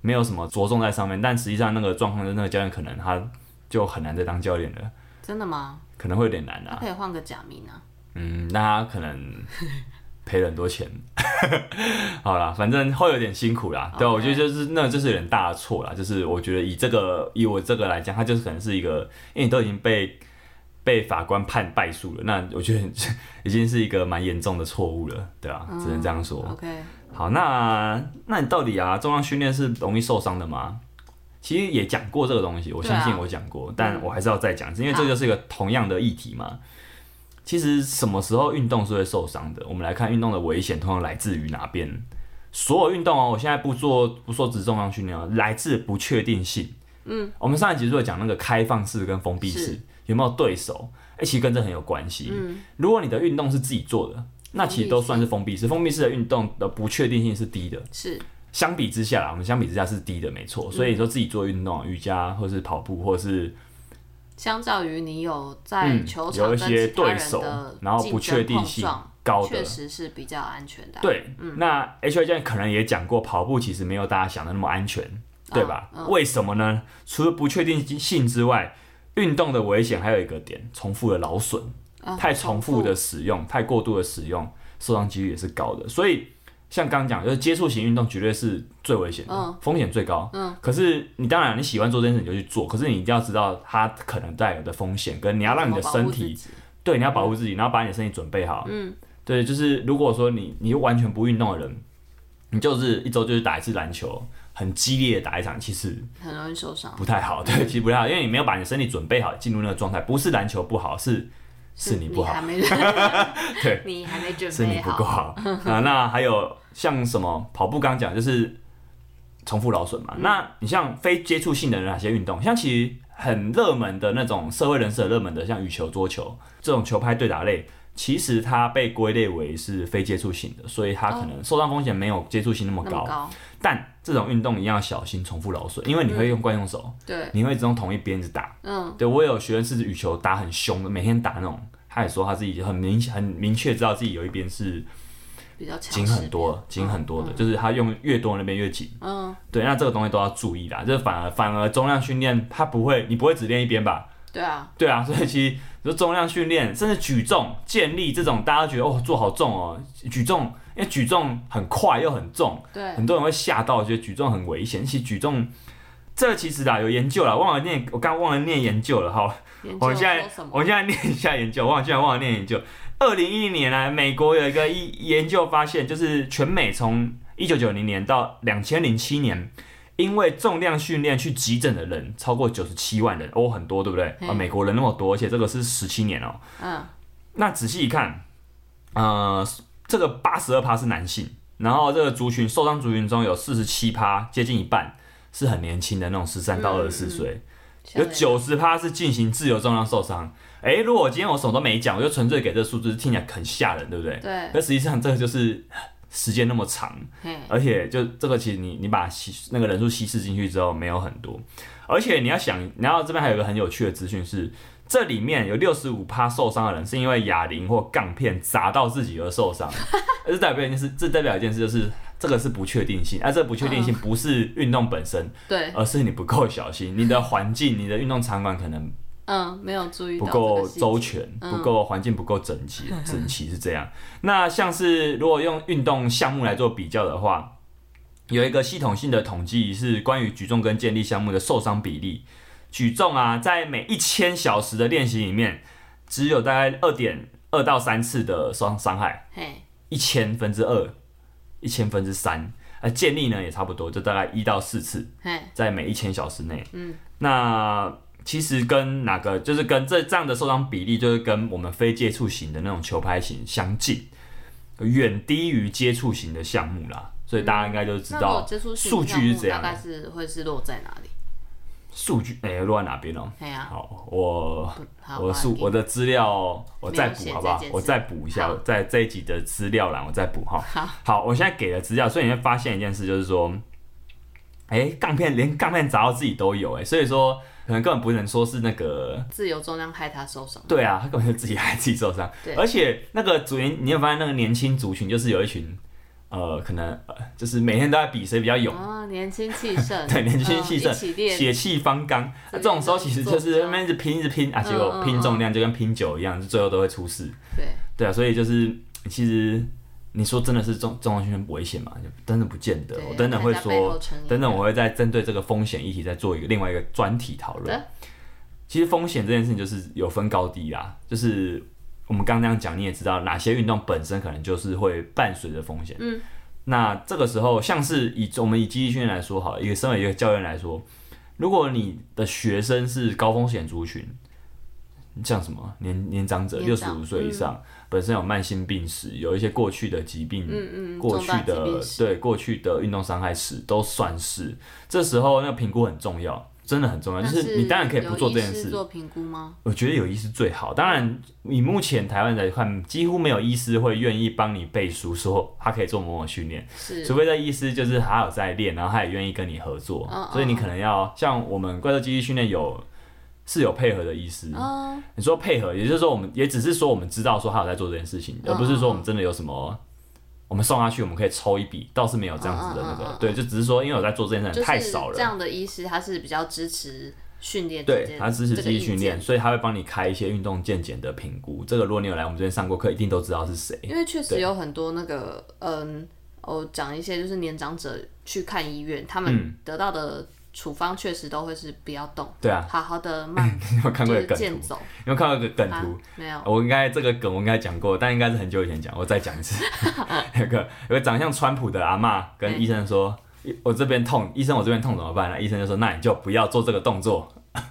Speaker 1: 没有什么着重在上面，但实际上那个状况就是那个教练可能他就很难再当教练了，
Speaker 2: 真的吗？
Speaker 1: 可能会有点难
Speaker 2: 他
Speaker 1: 啊。
Speaker 2: 可以换个假名啊。
Speaker 1: 嗯，那他可能赔了很多钱。 好啦，反正会有点辛苦啦。对啊，
Speaker 2: OK
Speaker 1: 我觉得就是那就是有点大的错啦。就是我觉得以这个以我这个来讲，他就是可能是一个，因为你都已经被被法官判败诉了，那我觉得已经是一个蛮严重的错误了，对啊，只能这样说。
Speaker 2: OK，
Speaker 1: 好，那那你到底啊，重量训练是容易受伤的吗？其实也讲过这个东西，我
Speaker 2: 对啊嗯
Speaker 1: 相信我讲过，但我还是要再讲一次，因为这就是一个同样的议题嘛。其实什么时候运动是会受伤的？我们来看运动的危险通常来自于哪边？所有运动哦，我现在不做不说只重量训练哦，来自不确定性。嗯，我们上一集就有讲那个开放式跟封闭式
Speaker 2: 是
Speaker 1: 有没有对手？哎、其实跟这很有关系。嗯，如果你的运动是自己做的，那其实都算是封闭式。封闭式的运动的不确定性是低的，
Speaker 2: 是
Speaker 1: 相比之下啦，我们相比之下是低的，没错。
Speaker 2: 嗯
Speaker 1: 所以你说自己做运动，瑜伽或是跑步，或是
Speaker 2: 相较于你有在
Speaker 1: 嗯
Speaker 2: 球场
Speaker 1: 有一
Speaker 2: 跟
Speaker 1: 些
Speaker 2: 其他
Speaker 1: 对
Speaker 2: 人
Speaker 1: 手
Speaker 2: 的，
Speaker 1: 然后
Speaker 2: 竞
Speaker 1: 不确
Speaker 2: 争
Speaker 1: 定
Speaker 2: 碰
Speaker 1: 性
Speaker 2: 撞，
Speaker 1: 高的
Speaker 2: 确，实啊是比较安全的啊、
Speaker 1: 对。那 H I 教练可能也讲过，跑步其实没有大家想的那么安全，对吧？
Speaker 2: 嗯
Speaker 1: 为什么呢？除了不确定性之外，运动的危险还有一个点，重复的劳损。
Speaker 2: 啊
Speaker 1: 太重复的使用、太过度的使用，受伤几率也是高的。所以像刚刚讲，就是接触型运动绝对是最危险的，
Speaker 2: 嗯
Speaker 1: 风险最高。嗯，可是你当然你喜欢做这件事你就去做，可是你一定要知道它可能带有的风险，跟你要让你的身体，对，你要保护自己，然后把你的身体准备好。嗯，对，就是如果说你你完全不运动的人，你就是一周就是打一次篮球，很激烈的打一场，其实
Speaker 2: 很容易受伤，
Speaker 1: 不太好。对，其实不太好，因为你没有把你的身体准备好进入那个状态。不是篮球不好，是是你不好
Speaker 2: 还。没，你还没准
Speaker 1: 身体
Speaker 2: 备
Speaker 1: 不够
Speaker 2: 哎好，
Speaker 1: 好啊。 那还有像什么跑步，刚刚讲就是重复劳损嘛。
Speaker 2: 嗯
Speaker 1: 那你像非接触性的人哪些运动？像其实很热门的那种社会人士很热门的，像羽球、桌球这种球拍对打类，其实它被归类为是非接触性的，所以它可能受伤风险没有接触性那么
Speaker 2: 那
Speaker 1: 高。
Speaker 2: 么高，
Speaker 1: 但这种运动一样要小心重复劳损，因为你会用惯用手，
Speaker 2: 嗯对，
Speaker 1: 你会只用同一边一直打。
Speaker 2: 嗯，
Speaker 1: 对我有学生是羽球打很凶的，每天打那种，他也说他自己很明很明确知道自己有一边是
Speaker 2: 比较强
Speaker 1: 紧
Speaker 2: 势
Speaker 1: 很多，紧很多的，就是它用越多那边越紧。
Speaker 2: 嗯，
Speaker 1: 对，那这个东西都要注意啦。就是反而反而重量训练，它不会，你不会只练一边吧？
Speaker 2: 对啊，
Speaker 1: 对啊，所 以其实你说重量训练，甚至举重、健力这种，大家觉得哦做好重哦，举重，因为举重很快又很重，
Speaker 2: 对，
Speaker 1: 很多人会吓到，觉得举重很危险。其实举重。这个其实啦有研究啦，忘了念，我刚忘了念研究了。好，
Speaker 2: 研究
Speaker 1: 我现在
Speaker 2: 说什么？
Speaker 1: 我现在念一下研究，我居然忘了念研究。二零一零年来，美国有一个一研究发现，就是全美从一九九零年到两千零七年，因为重量训练去急诊的人超过九十七万人，哦，很多对不对？啊，
Speaker 2: 嗯
Speaker 1: 美国人那么多，而且这个是十七年哦。
Speaker 2: 嗯，
Speaker 1: 那仔细一看，呃，这个八十二趴是男性，然后这个族群受伤族群中有四十七趴，接近一半是很年轻的那种十三到二十四岁。有
Speaker 2: 像
Speaker 1: 九十趴是进行自由重量受伤。诶，如果我今天我什么都没讲，我就纯粹给这数字，听起来很吓人，对不对？
Speaker 2: 对，
Speaker 1: 但实际上这个就是时间那么长，
Speaker 2: 嘿，
Speaker 1: 而且就这个其实你你把稀那个人数稀释进去之后没有很多，而且你要想，然后这边还有一个很有趣的资讯是，这里面有六十五趴受伤的人是因为哑铃或杠片砸到自己而受伤，这代表一件事，这代表一件事就是这个是不确定性，而、啊这个不确定性不是运动本身，
Speaker 2: 对，
Speaker 1: 而是你不够小心，你的环境、你的运动场馆可能
Speaker 2: 嗯，没有注意
Speaker 1: 不
Speaker 2: 到这个
Speaker 1: 够
Speaker 2: 细节
Speaker 1: 周全，
Speaker 2: 嗯
Speaker 1: 不够环境不够整齐，整齐是这样。那像是如果用运动项目来做比较的话，有一个系统性的统计是关于举重跟健力项目的受伤比例。举重啊，在每一千小时的练习里面，只有大概二点二到三次的伤伤害，
Speaker 2: 嘿，
Speaker 1: 一千分之二、一千分之三。而健力呢也差不多，就大概一到四次。
Speaker 2: 嘿，
Speaker 1: 在每一千小时内。
Speaker 2: 嗯，
Speaker 1: 那其实跟哪个就是跟这这样的受伤比例，就是跟我们非接触型的那种球拍型相近，远低于接触型的项目啦。所以大家应该就知
Speaker 2: 嗯那如
Speaker 1: 道
Speaker 2: 果接触性
Speaker 1: 数
Speaker 2: 项
Speaker 1: 据是
Speaker 2: 目
Speaker 1: 怎样
Speaker 2: 大
Speaker 1: 的
Speaker 2: 概是会是落在哪里？
Speaker 1: 数据哎、落在哪边哦、
Speaker 2: 嘿啊，
Speaker 1: 好，我
Speaker 2: 不好，
Speaker 1: 我的数我
Speaker 2: 的
Speaker 1: 的资料我再
Speaker 2: 没有
Speaker 1: 补
Speaker 2: 写
Speaker 1: 好不好
Speaker 2: 这件？事
Speaker 1: 我再补一下
Speaker 2: 好，
Speaker 1: 在这一集的资料栏我再补哈。
Speaker 2: 好，
Speaker 1: 好，我现在给了资料，所以你会发现一件事，就是说，哎、杠片连杠片砸到自己都有哎、所以说可能根本不能说是那个，
Speaker 2: 自由重量害他受伤，
Speaker 1: 对啊，他 根本就自己害自己受伤
Speaker 2: 对，
Speaker 1: 而且那个族群，你有发现那个年轻族群就是有一群。呃，可能呃就是每天都在比谁比较勇，
Speaker 2: 啊，年轻气 盛，
Speaker 1: 对，年轻气盛，
Speaker 2: 嗯一起练，
Speaker 1: 血气方刚。啊这种时候其实就是在那边一直拼，一直拼啊，结
Speaker 2: 嗯
Speaker 1: 果
Speaker 2: 嗯
Speaker 1: 拼重量就跟拼酒一样，就最后都会出事。
Speaker 2: 对，
Speaker 1: 对啊，所以就是其实你说真的是重重量训练危险嘛？就真的不见得，
Speaker 2: 对
Speaker 1: 我等等会
Speaker 2: 要看一下背
Speaker 1: 说
Speaker 2: 后成因，
Speaker 1: 等等我会再针对这个风险议题再做一个另外一个专题讨
Speaker 2: 好
Speaker 1: 论
Speaker 2: 的。
Speaker 1: 其实风险这件事情就是有分高低啦，就是我们刚刚那样讲，你也知道哪些运动本身可能就是会伴随着风险。
Speaker 2: 嗯，
Speaker 1: 那这个时候像是以我们以肌力训练来说好了，一个身为一个教练来说，如果你的学生是高风险族群，像什么年年长者六
Speaker 2: 年
Speaker 1: 十
Speaker 2: 长嗯
Speaker 1: 五岁以上，本身有慢性病史，有一些过去的疾病，
Speaker 2: 嗯嗯，
Speaker 1: 过
Speaker 2: 重
Speaker 1: 去
Speaker 2: 大疾
Speaker 1: 的
Speaker 2: 病史
Speaker 1: 对过去的运动伤害史都算是。这时候那个评估很重要，真的很重要，就
Speaker 2: 但
Speaker 1: 是你当然可以不做这件
Speaker 2: 有医师
Speaker 1: 事，
Speaker 2: 做评估吗？
Speaker 1: 我觉得有医师最好。当然，以目前台湾来看，几乎没有医师会愿意帮你背书说他可以做某某训练，
Speaker 2: 是，
Speaker 1: 除非这医师就是他有在练，然后他也愿意跟你合作。
Speaker 2: 嗯
Speaker 1: 所以你可能要像我们怪兽肌力训练有是有配合的医师。
Speaker 2: 嗯，
Speaker 1: 你说配合，也就是说我们也只是说我们知道说他有在做这件事情，
Speaker 2: 嗯
Speaker 1: 而不是说我们真的有什么。我们送他去，我们可以抽一笔，倒是没有这样子的那个，
Speaker 2: 嗯嗯嗯嗯嗯
Speaker 1: 对，就只是说，因为我在做这件事
Speaker 2: 就
Speaker 1: 情
Speaker 2: 是
Speaker 1: 太少了，
Speaker 2: 这样的医师他是比较支持训练这件，
Speaker 1: 对，他支持
Speaker 2: 这
Speaker 1: 肌
Speaker 2: 个
Speaker 1: 力
Speaker 2: 意
Speaker 1: 训
Speaker 2: 见
Speaker 1: 练，，所以他会帮你开一些运动健检的评估。这个如果你有来我们这边上过课，一定都知道是谁。
Speaker 2: 因为确实
Speaker 1: 对
Speaker 2: 有很多那个，嗯，哦，讲一些就是年长者去看医院，他们
Speaker 1: 嗯
Speaker 2: 得到的处方确实都会是不要动，
Speaker 1: 对啊，
Speaker 2: 好好 的慢，
Speaker 1: 你有没有看
Speaker 2: 就
Speaker 1: 过一
Speaker 2: 是
Speaker 1: 个梗图？
Speaker 2: 健走
Speaker 1: 你有没有看过一个梗
Speaker 2: 啊
Speaker 1: 图？，
Speaker 2: 没有，
Speaker 1: 我应该这个梗我应该讲过，但应该是很久以前讲，我再讲一 次。有个有个长相川普的阿嬷跟医生说：“我这边痛，医生我这边痛怎么办呢？”医生就说：“那你就不要做这个动作。”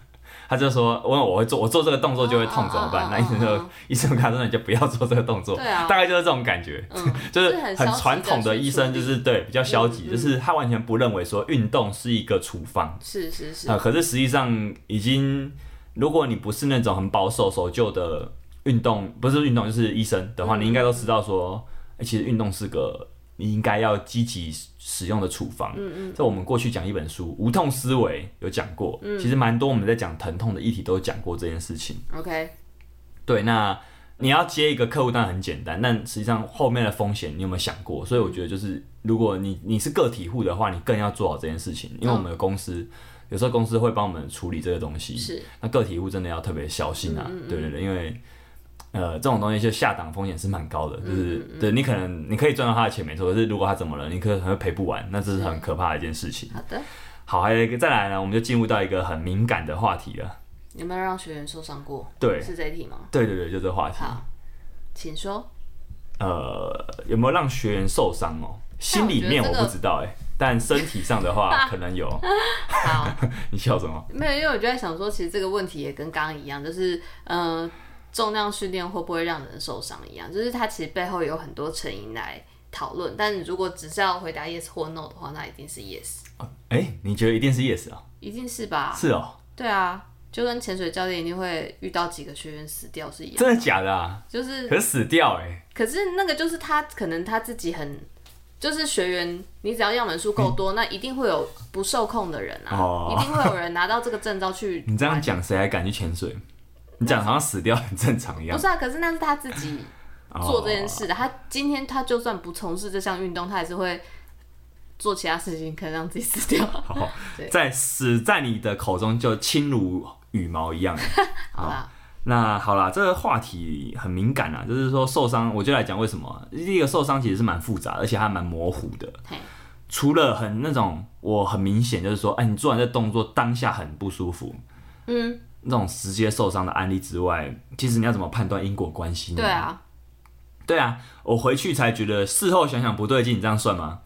Speaker 1: 他就说：“问我会做，我做这个动作就会痛怎么办？”那医生
Speaker 2: 嗯嗯嗯嗯
Speaker 1: 就医生跟他说：“那你就不要做这个动作。”
Speaker 2: 对啊
Speaker 1: 大概就是这种感觉。
Speaker 2: 嗯，
Speaker 1: 就是
Speaker 2: 是很
Speaker 1: 很
Speaker 2: 消极
Speaker 1: 传
Speaker 2: 地
Speaker 1: 统的
Speaker 2: 去
Speaker 1: 医
Speaker 2: 处
Speaker 1: 生，
Speaker 2: 理
Speaker 1: 就是对比较消
Speaker 2: 嗯
Speaker 1: 极，
Speaker 2: 嗯
Speaker 1: 就是他完全不认为说运动是一个处方
Speaker 2: 是是是
Speaker 1: 啊、，呃可是实际上已经，如果你不是那种很保守守旧的运动，不是运动就是医生的话，你应该都知道说，欸其实运动是个你应该要积极使用的处方。嗯嗯。在我们过去讲一本书《无痛思维》有讲过，其实蛮多我们在讲疼痛的议题都有讲过这件事情。
Speaker 2: OK，
Speaker 1: 对，那你要接一个客户当然很简单，但实际上后面的风险你有没有想过？所以我觉得就是，如果你你是个体户的话，你更要做好这件事情，
Speaker 2: 嗯
Speaker 1: 因为我们的公司、有时候公司会帮我们处理这个东西，
Speaker 2: 是嗯
Speaker 1: 那个体户真的要特别小心啊，对对对，因为。呃，这种东西就下档风险是蛮高的，
Speaker 2: 嗯
Speaker 1: 就是、对你可能你可以赚到他的钱没错，可是如果他怎么了，你可能会赔不完，那这是很可怕的一件事情。
Speaker 2: 好的，
Speaker 1: 好，还有一个再来呢，我们就进入到一个很敏感的话题了。
Speaker 2: 有没有让学员受伤过？
Speaker 1: 对，
Speaker 2: 是这一题吗？
Speaker 1: 对对对，就这个话题。
Speaker 2: 好，请说。
Speaker 1: 呃，有没有让学员受伤哦？心里面我不知道哎、但身体上的 话可能有。
Speaker 2: 好，
Speaker 1: 你笑什么？
Speaker 2: 没有，因为我就在想说，其实这个问题也跟刚刚一样，就是嗯、呃，重量训练会不会让人受伤一样，就是它其实背后有很多成因来讨论。但如果只是要回答 yes 或 no 的话，那一定是 yes，
Speaker 1: 哎、你觉得一定是 yes 啊、
Speaker 2: 一定是吧？
Speaker 1: 是哦，
Speaker 2: 对啊，就跟潜水教练一定会遇到几个学员死掉是一样，
Speaker 1: 真的假的啊？
Speaker 2: 就是
Speaker 1: 可是死掉哎、
Speaker 2: 可是那个就是他可能他自己很，就是学员，你只要样本数够多，那一定会有不受控的人啊，
Speaker 1: 哦。
Speaker 2: 一定会有人拿到这个证照去
Speaker 1: 嗯你这样讲谁还敢去潜水？你讲好像死掉很正常一
Speaker 2: 不
Speaker 1: 样。
Speaker 2: 是啊，可是那是他自己
Speaker 1: 哦
Speaker 2: 做这件事的。他今天他就算不从事这项运动，他还是会做其他事情，可能让自己死掉。
Speaker 1: 好
Speaker 2: 对，
Speaker 1: 哦在死在你的口中就轻如羽毛一样。 欸
Speaker 2: 好啦，
Speaker 1: 那好啦，这个话题很敏感啊，就是说受伤，我就来讲为什么啊。第一个受伤其实是蛮复杂，而且还蛮模糊的。
Speaker 2: 嘿，
Speaker 1: 除了很那种我很明显就是说，哎、你做完这动作当下很不舒服，
Speaker 2: 嗯，
Speaker 1: 那种直接受伤的案例之外，其实你要怎么判断因果关系呢？
Speaker 2: 对，啊，
Speaker 1: 对啊，我回去才觉得事后想想不对劲，你这样算吗？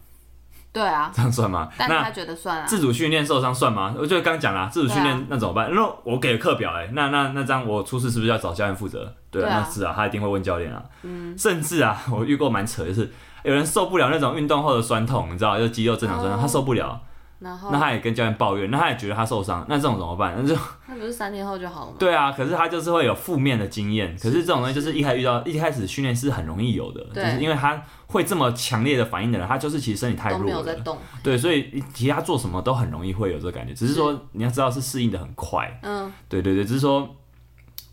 Speaker 2: 对啊，
Speaker 1: 这样算吗？
Speaker 2: 但
Speaker 1: 那
Speaker 2: 他觉得算啊，
Speaker 1: 自主训练受伤算吗？我就刚讲啦，自主训
Speaker 2: 对啊
Speaker 1: 练那怎么办？那我给课表哎、那那那这样我出事是不是要找教练负责？对啊，
Speaker 2: 对啊
Speaker 1: 那是啊，他一定会问教练啊。嗯，甚至啊，我遇过蛮扯，就是有人受不了那种运动后的酸痛，你知道，就肌肉正常酸痛，
Speaker 2: 哦
Speaker 1: 他受不了。
Speaker 2: 然后
Speaker 1: 那他也跟教练抱怨，那他也觉得他受伤，那这种怎 么办？那就
Speaker 2: 那不是三天后就好了吗？
Speaker 1: 对啊，可是他就是会有负面的经验。可是这种东西就是一开始遇到，一开始训练是很容易有的，就
Speaker 2: 对
Speaker 1: 是因为他会这么强烈的反应的人，他就是其实身体太
Speaker 2: 都没
Speaker 1: 弱
Speaker 2: 有在
Speaker 1: 了，
Speaker 2: 动，
Speaker 1: 对，所以其实他做什么都很容易会有这个感觉，只是说你要知道是适应的很快，
Speaker 2: 嗯，
Speaker 1: 对对对，只是说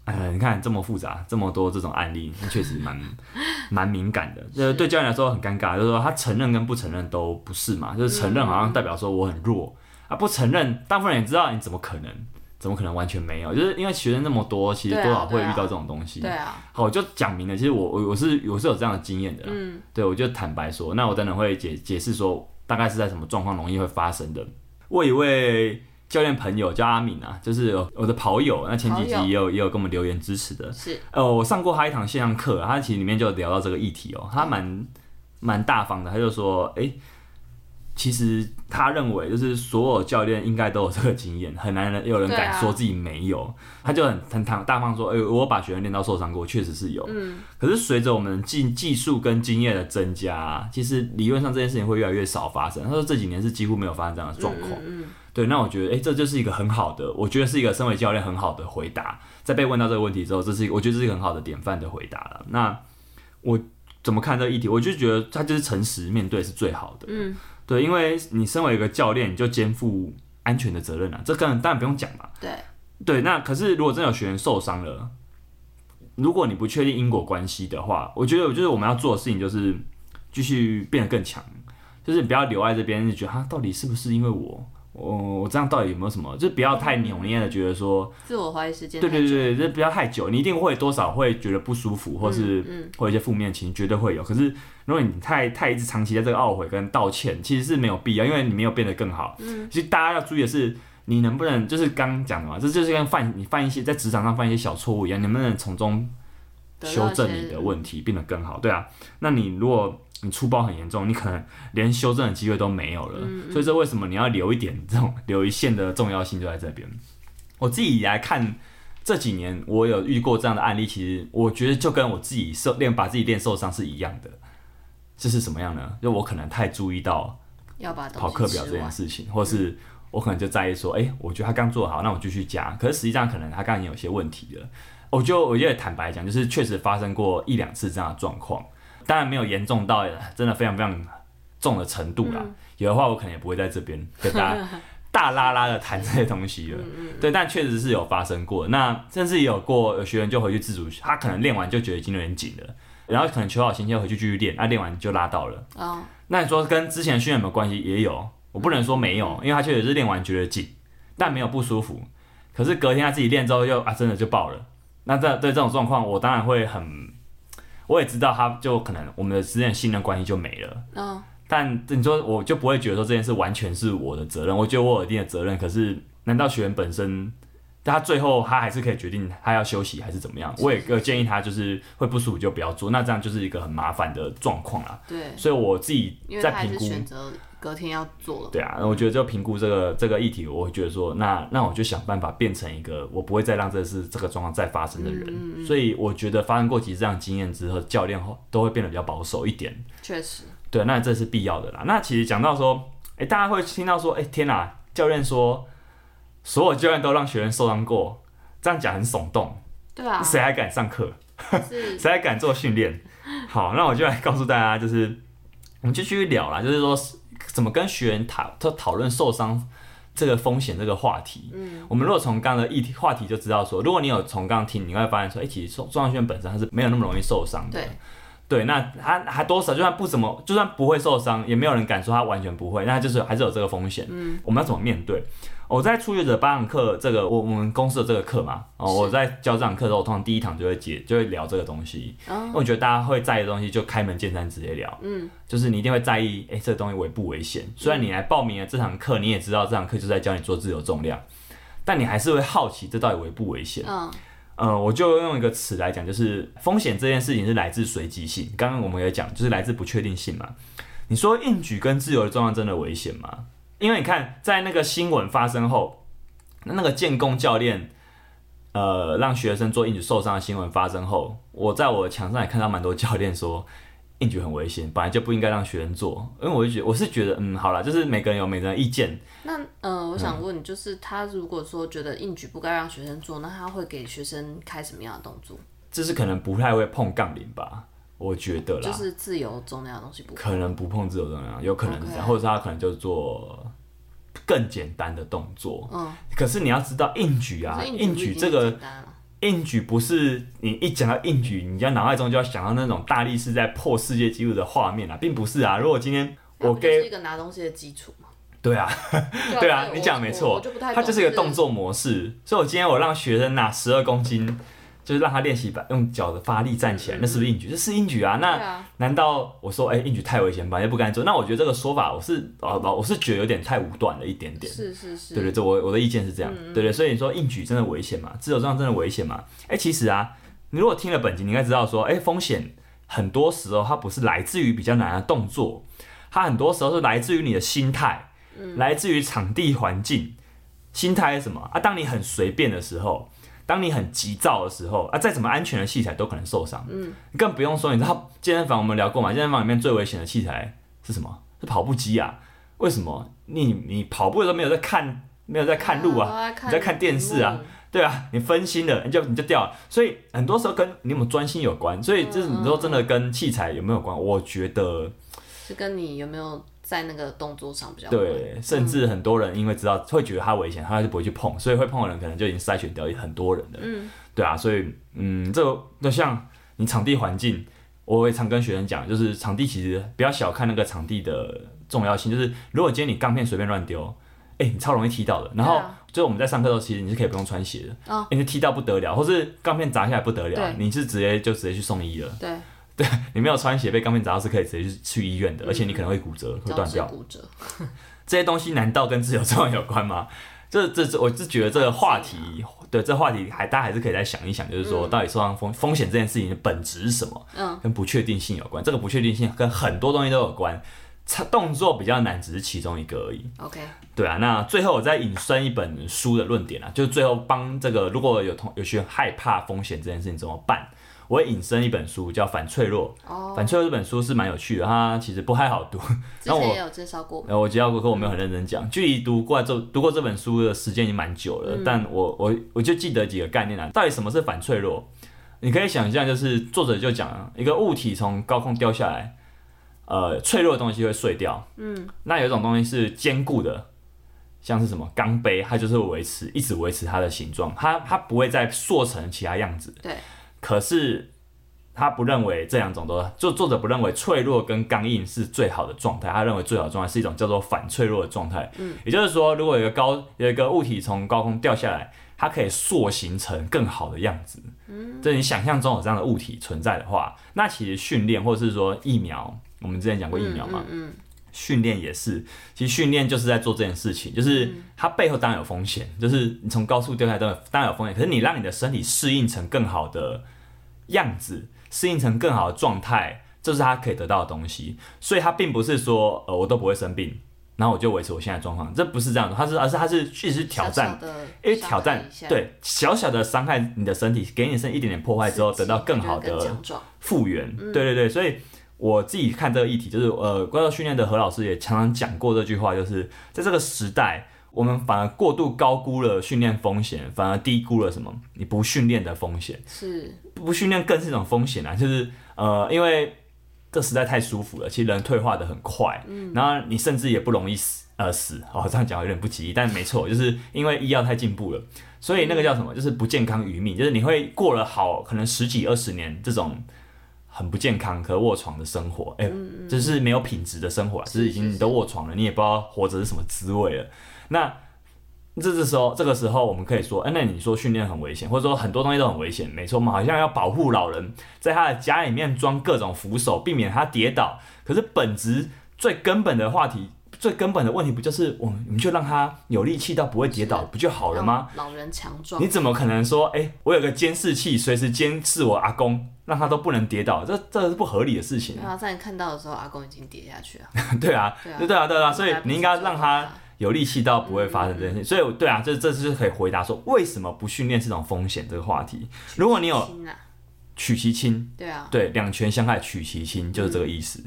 Speaker 1: 哎，你看这么复杂，这么多这种案例，那确实蛮蛮敏感的。呃，对教练来说很尴尬，就是说他承认跟不承认都不是嘛，就是承
Speaker 2: 嗯
Speaker 1: 认好像代表说我很弱、啊，不承认，大部分人也知道你怎么可能，怎么可能完全没有？就是因为学生那么多，其实
Speaker 2: 对啊
Speaker 1: 多少会
Speaker 2: 对啊
Speaker 1: 遇到这种东西。
Speaker 2: 对啊，
Speaker 1: 好，我就讲明了，其实我我我是我是有这样的经验的啦，
Speaker 2: 嗯
Speaker 1: 对，我就坦白说，那我等等会解解释说大概是在什么状况容易会发生的。我有一位教练朋友叫阿敏啊，就是我的跑友，那前几集
Speaker 2: 跑友
Speaker 1: 也有也有跟我们留言支持的，
Speaker 2: 是嗯
Speaker 1: 呃，我上过他一堂线上课，他其实里面就聊到这个议题哦，
Speaker 2: 嗯
Speaker 1: 他蛮蛮大方的，他就说，诶，其实他认为就是所有教练应该都有这个经验，很难有人
Speaker 2: 对
Speaker 1: 敢
Speaker 2: 啊
Speaker 1: 说自己没有，他就很很坦大方说，诶，我把学员练到受伤过，确实是有，嗯，可是随着我们技技术跟经验的增加，啊其实理论上这件事情会越来越少发生，他说这几年是几乎没有发生这样的状况，
Speaker 2: 嗯嗯
Speaker 1: 对，那我觉得，哎、这就是一个很好的，我觉得是一个身为教练很好的回答。在被问到这个问题之后，这是一个我觉得这是一个很好的典范的回答了。那我怎么看这个议题？我就觉得他就是诚实面对是最好的。
Speaker 2: 嗯，
Speaker 1: 对，因为你身为一个教练，你就肩负安全的责任啊，这当然当然不用讲吧。
Speaker 2: 对
Speaker 1: 对，那可是如果真的有学员受伤了，如果你不确定因果关系的话，我觉得就是我们要做的事情就是继续变得更强，就是不要留在这边就觉得哈，啊到底是不是因为我，我我这样到底有没有什么，就不要太扭捏的觉得说，
Speaker 2: 自我怀疑时间
Speaker 1: 对对
Speaker 2: 嗯太久，
Speaker 1: 对，就不要太久，你一定会多少会觉得不舒服，或是
Speaker 2: 嗯
Speaker 1: 会有一些负面情绪，绝对会有。可是如果你太太一直长期在这个懊悔跟道歉，其实是没有必要，因为你没有变得更好。嗯，其实大家要注意的是，你能不能就是刚讲的嘛，这就是跟犯你犯一些在职场上犯一些小错误一样，能不能从中
Speaker 2: 得到
Speaker 1: 修
Speaker 2: 一
Speaker 1: 正
Speaker 2: 些
Speaker 1: 你的问题，变得更好？对啊，那你如果你粗暴很严重，你可能连修正的机会都没有了。
Speaker 2: 嗯
Speaker 1: 所以这为什么你要留一点这种留一线的重要性就在这边。我自己来看这几年，我有遇过这样的案例，其实我觉得就跟我自己受练把自己练受伤是一样的。这是什么样呢？就我可能太注意到
Speaker 2: 要把
Speaker 1: 跑
Speaker 2: 东
Speaker 1: 课
Speaker 2: 西嗯
Speaker 1: 表这
Speaker 2: 吃
Speaker 1: 件
Speaker 2: 完，
Speaker 1: 事情，或是我可能就在意说，哎、我觉得他刚做好，那我继续加。可是实际上可能他刚刚有些问题了。我就我觉得坦白讲，就是确实发生过一两次这样的状况，当然没有严重到真的非常非常重的程度啦。
Speaker 2: 嗯
Speaker 1: 有的话，我可能也不会在这边跟大 家大拉拉的谈这些东西了。
Speaker 2: 嗯
Speaker 1: 对，但确实是有发生过。那甚至也有过有学员就回去自主，他可能练完就觉得已经有点紧了，然后可能求好心切回去继续练，啊那、练完就拉到了。
Speaker 2: 哦，
Speaker 1: 那你说跟之前的训练有没有关系？也有，我不能说没有，因为他确实是练完觉得紧，但没有不舒服。可是隔天他自己练之后又啊，真的就爆了。那这对这种状况，我当然会很，我也知道他就可能我们的之间的信任关系就没了。
Speaker 2: 嗯，
Speaker 1: 但你说我就不会觉得说这件事完全是我的责任，我觉得我有一定的责任。可是难道学员本身？但他最后他还是可以决定他要休息还是怎么样，我也建议他就是会不舒服就不要做，那这样就是一个很麻烦的状况啦。
Speaker 2: 对，
Speaker 1: 所以我自己
Speaker 2: 因为他
Speaker 1: 在
Speaker 2: 还
Speaker 1: 评
Speaker 2: 是
Speaker 1: 估，
Speaker 2: 选择隔天要做了，
Speaker 1: 对啊，我觉得就评估这个这个议题，我会觉得说，那那我就想办法变成一个我不会再让这事这个状况再发生的人。
Speaker 2: 嗯
Speaker 1: 所以我觉得发生过几次这样的经验之后，教练后都会变得比较保守一点。
Speaker 2: 确实，
Speaker 1: 对，那这是必要的啦。那其实讲到说，哎、大家会听到说，哎、天哪、教练说所有教练都让学员受伤过，这样讲很耸动，
Speaker 2: 对啊，
Speaker 1: 谁还敢上课？啊
Speaker 2: 是
Speaker 1: 谁还敢做训练？好，那我就来告诉大家，就是我们就继续聊啦，就是说怎么跟学员讨讨讨论受伤这个风险这个话题。嗯，我们如果从刚刚的议题话题就知道说，如果你有从刚刚听，你会发现说，哎、其实受重量训练本身它是没有那么容易受伤的。
Speaker 2: 对
Speaker 1: 对，那他还多少，就算不怎么，就算不会受伤，也没有人敢说他完全不会，那他就是还是有这个风险。嗯，我们要怎么面对？哦我在初学者八堂课这个，我我们公司的这个课嘛，哦，
Speaker 2: 是
Speaker 1: 我在教这堂课的时候，我通常第一堂就会解，就会聊这个东西。
Speaker 2: 哦
Speaker 1: 因为我觉得大家会在意的东西，就开门见山直接聊。
Speaker 2: 嗯，
Speaker 1: 就是你一定会在意，哎、这个东西危不危险？虽然你来报名了这堂课，你也知道这堂课就是在教你做自由重量，但你还是会好奇这到底危不危险。
Speaker 2: 嗯，
Speaker 1: 呃，我就用一个词来讲，就是风险这件事情是来自随机性。刚刚我们也讲，就是来自不确定性嘛。你说硬举跟自由的状况真的危险吗？因为你看，在那个新闻发生后，那个建工教练，呃，让学生做硬举受伤的新闻发生后，我在我的墙上也看到蛮多教练说。硬举很危险，本来就不应该让学生做，因为我就觉得我是觉得，嗯，好了，就是每个人有每个人的意见，
Speaker 2: 那呃，我
Speaker 1: 嗯
Speaker 2: 想问，就是他如果说觉得应举不该让学生做，那他会给学生开什么样的动作？
Speaker 1: 就是可能不太会碰杠铃吧，我觉得啦，
Speaker 2: 就是自由重量的东西不
Speaker 1: 可能不碰自由重量，有可能是这样
Speaker 2: OK
Speaker 1: 或者是他可能就做更简单的动作。
Speaker 2: 嗯，
Speaker 1: 可是你要知道硬举啊，
Speaker 2: 所以
Speaker 1: 硬
Speaker 2: 举
Speaker 1: 举
Speaker 2: 已经
Speaker 1: 这个
Speaker 2: 简单了
Speaker 1: 硬举不是你一讲到硬举，你要脑海中就要想到那种大力士在破世界纪录的画面啊，并不是啊。如果今天我
Speaker 2: 它不就是
Speaker 1: 给
Speaker 2: 一个拿东西的基础嘛。
Speaker 1: 对啊，对啊，你讲得没错，它就是一个动
Speaker 2: 作。
Speaker 1: 作模式。所以我今天我让学生拿十二公斤，就是让他练习把用脚的发力站起来，那是不是硬举？这是硬举啊。
Speaker 2: 嗯对
Speaker 1: 那
Speaker 2: 啊
Speaker 1: 难道我说，哎、硬举太危险，本来就不该做？那我觉得这个说法，我是呃，我是觉得有点太武断了一点点。
Speaker 2: 是是是，
Speaker 1: 对对，这我我的意见是这样，对对，所以你说硬举真的危险吗？自由重量真的危险吗？哎，其实啊，你如果听了本集，你应该知道说，哎，风险很多时候它不是来自于比较难的动作，它很多时候是来自于你的心态，来自于场地环境。心态是什么啊？当你很随便的时候，当你很急躁的时候啊，再怎么安全的器材都可能受伤。嗯，更不用说，你知道健身房我们聊过嘛？健身房里面最危险的器材是什么？是跑步机啊。为什么？你你跑步的时候没有在看，没有在看路啊，
Speaker 2: 啊，
Speaker 1: 你在看电视啊
Speaker 2: 屏幕，
Speaker 1: 对啊，你分心了，你就你就掉了。所以很多时候跟你有没有专心有关。所以就是你说真的跟器材有没有关？我觉得
Speaker 2: 是跟你有没有在那个动作上比较啊
Speaker 1: 对，甚至很多人因为知道会觉得它危险，他就不会去碰，所以会碰的人可能就已经筛选掉很多人了。嗯，对啊，所以嗯，这个那像你场地环境，我也常跟学生讲，就是场地其实不要小看那个场地的重要性，就是如果今天你钢片随便乱丢。哎、你超容易踢到的。然后
Speaker 2: 对啊
Speaker 1: 就是我们在上课的时候，其实你是可以不用穿鞋的，
Speaker 2: 哦
Speaker 1: 哎你就踢到不得了，或是钢片砸下来不得了
Speaker 2: 对，
Speaker 1: 你是直接就直接去送医了。
Speaker 2: 对，
Speaker 1: 你没有穿鞋被钢片砸到是可以直接去去医
Speaker 2: 嗯
Speaker 1: 院的，而且你可能会骨折，会
Speaker 2: 脚
Speaker 1: 断
Speaker 2: 趾
Speaker 1: 掉。
Speaker 2: 骨折，
Speaker 1: 这些东西难道跟自由重量有关吗？ 这这这，我是觉得这个话
Speaker 2: 啊
Speaker 1: 题，对这话题还大家还是可以再想一想，就是说到底受伤风风险这件事情的本质是什么，
Speaker 2: 嗯，
Speaker 1: 跟不确定性有关。这个不确定性跟很多东西都有关，它动作比较难只是其中一个而已。
Speaker 2: OK，
Speaker 1: 对啊，那最后我再引申一本书的论点啊，就是最后帮这个如果有同有学员害怕风险这件事情怎么办，我会引申一本书叫《反脆弱》。
Speaker 2: 哦，
Speaker 1: 反脆弱这本书是蛮有趣的，它其实不太好读。
Speaker 2: 之
Speaker 1: 那我
Speaker 2: 前也有介绍过，
Speaker 1: 呃，我介绍过，可我没有很认真讲。距离读过这读过这本书的时间已经蛮久了，但我我我就记得几个概念啊。到底什么是反脆弱？你可以想象，就是作者就讲啊一个物体从高空掉下来，呃，脆弱的东西会碎掉。嗯，那有一种东西是坚固的，像是什么钢杯，它就是维持一直维持它的形状，它它不会再塑成其他样子。
Speaker 2: 对，
Speaker 1: 可是他不认为这两种都，就作者不认为脆弱跟刚硬是最好的状态，他认为最好的状态是一种叫做反脆弱的状态。嗯，也就是说，如果有一个高有一个物体从高空掉下来，它可以塑形成更好的样子。嗯，就你想象中有这样的物体存在的话，那其实训练或是说疫苗，我们之前讲过疫苗嘛，
Speaker 2: 嗯，
Speaker 1: 训练也是，其实训练就是在做这件事情，就是
Speaker 2: 嗯
Speaker 1: 它背后当然有风险，就是你从高处掉下来当然当然有风险，可是你让你的身体适应成更好的样子，适应成更好的状态，这是它可以得到的东西。所以它并不是说呃我都不会生病，然后我就维持我现在的状况，这不是这样的，它是而是它是确实是挑战
Speaker 2: 小小的，
Speaker 1: 因为挑战
Speaker 2: 小小的一下
Speaker 1: 对小小的伤害你的身体，给你身体一点点破坏之后，
Speaker 2: 刺激
Speaker 1: 得到更好
Speaker 2: 就会
Speaker 1: 的
Speaker 2: 强嗯壮，
Speaker 1: 复原。对对对，所以我自己看这个议题，就是呃，怪兽训练的何老师也常常讲过这句话，就是在这个时代，我们反而过度高估了训练风险，反而低估了什么？你不训练的风险，
Speaker 2: 是
Speaker 1: 不训练更是一种风险啊！就是呃，因为这实在太舒服了，其实人退化的很快，
Speaker 2: 嗯
Speaker 1: 然后你甚至也不容易死呃死哦，这样讲有点不吉利，但没错，就是因为医药太进步了，所以那个叫什么，就是不健康余命，就是你会过了好可能十几二十年这种。很不健康，可卧床的生活，哎、就是没有品质的生活啊，就是已
Speaker 2: 嗯是
Speaker 1: 经
Speaker 2: 是
Speaker 1: 你都卧床了，你也不知道活着是什么滋味了。那这这时候，这个时候我们可以说，哎、那你说训练很危险，或者说很多东西都很危险，没错，我们好像要保护老人，在他的家里面装各种扶手，避免他跌倒。可是本质最根本的话题，最根本的问题，不就是我们我们就让他有力气到不会跌倒，
Speaker 2: 是
Speaker 1: 不就好了吗？？
Speaker 2: 让老人强壮
Speaker 1: 你，怎么可能说，哎、我有个监视器，随时监视我阿公，让他都不能跌倒？这这是不合理的事情啊
Speaker 2: 然后在你看到的时候，阿公已经跌下去了，
Speaker 1: 对啊，
Speaker 2: 对啊
Speaker 1: 对啊，对啊，所以
Speaker 2: 还不
Speaker 1: 你应
Speaker 2: 是
Speaker 1: 该
Speaker 2: 最
Speaker 1: 让
Speaker 2: 好
Speaker 1: 他
Speaker 2: 吧
Speaker 1: 有力气到不会发生这件事情。所以我，对啊，这这就是可以回答说，为什么不训练这种风险这个话题？如果你有
Speaker 2: 亲啊，
Speaker 1: 取其轻，
Speaker 2: 对啊，
Speaker 1: 对，两全相害取其轻，就是这个意思。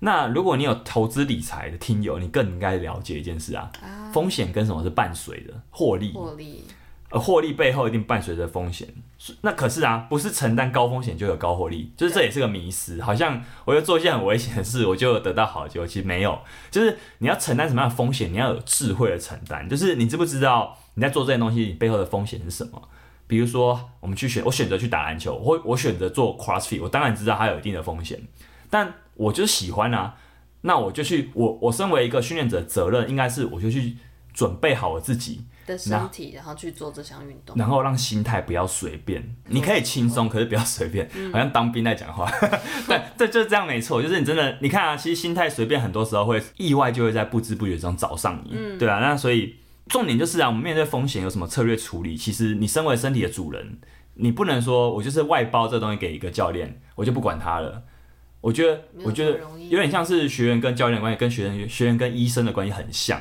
Speaker 1: 那如果你有投资理财的听友，你更应该了解一件事啊，风险跟什么是伴随的获利，
Speaker 2: 获利
Speaker 1: 呃，获利背后一定伴随着风险。是那可是啊，不是承担高风险就有高获利，就是这也是个迷失。好像我就做一件很危险的事，我就有得到好的结果，其实没有。就是你要承担什么样的风险，你要有智慧的承担。就是你知不知道你在做这件东西你背后的风险是什么？比如说我们去选，我选择去打篮球，我会我选择做 CrossFit，我当然知道它有一定的风险，但我就是喜欢啊，那我就去，我我身为一个训练者，责任应该是我就去准备好我自己，
Speaker 2: 的身体，然后去做这项运动。嗯
Speaker 1: 然后让心态不要随便，你可以轻松，可是不要随便，好像当兵在讲 话。对，这就是这样没错，就是你真的，你看啊，其实心态随便，很多时候会意外就会在不知不觉中找上你，
Speaker 2: 嗯
Speaker 1: 对啊，那所以重点就是啊，我们面对风险有什么策略处理？其实你身为身体的主人，你不能说我就是外包这东西给一个教练，我就不管他了。我觉得
Speaker 2: 没，有
Speaker 1: 我觉得
Speaker 2: 那么容易
Speaker 1: 有点像是学员跟教练的关系，跟学员学员跟医生的关系很像。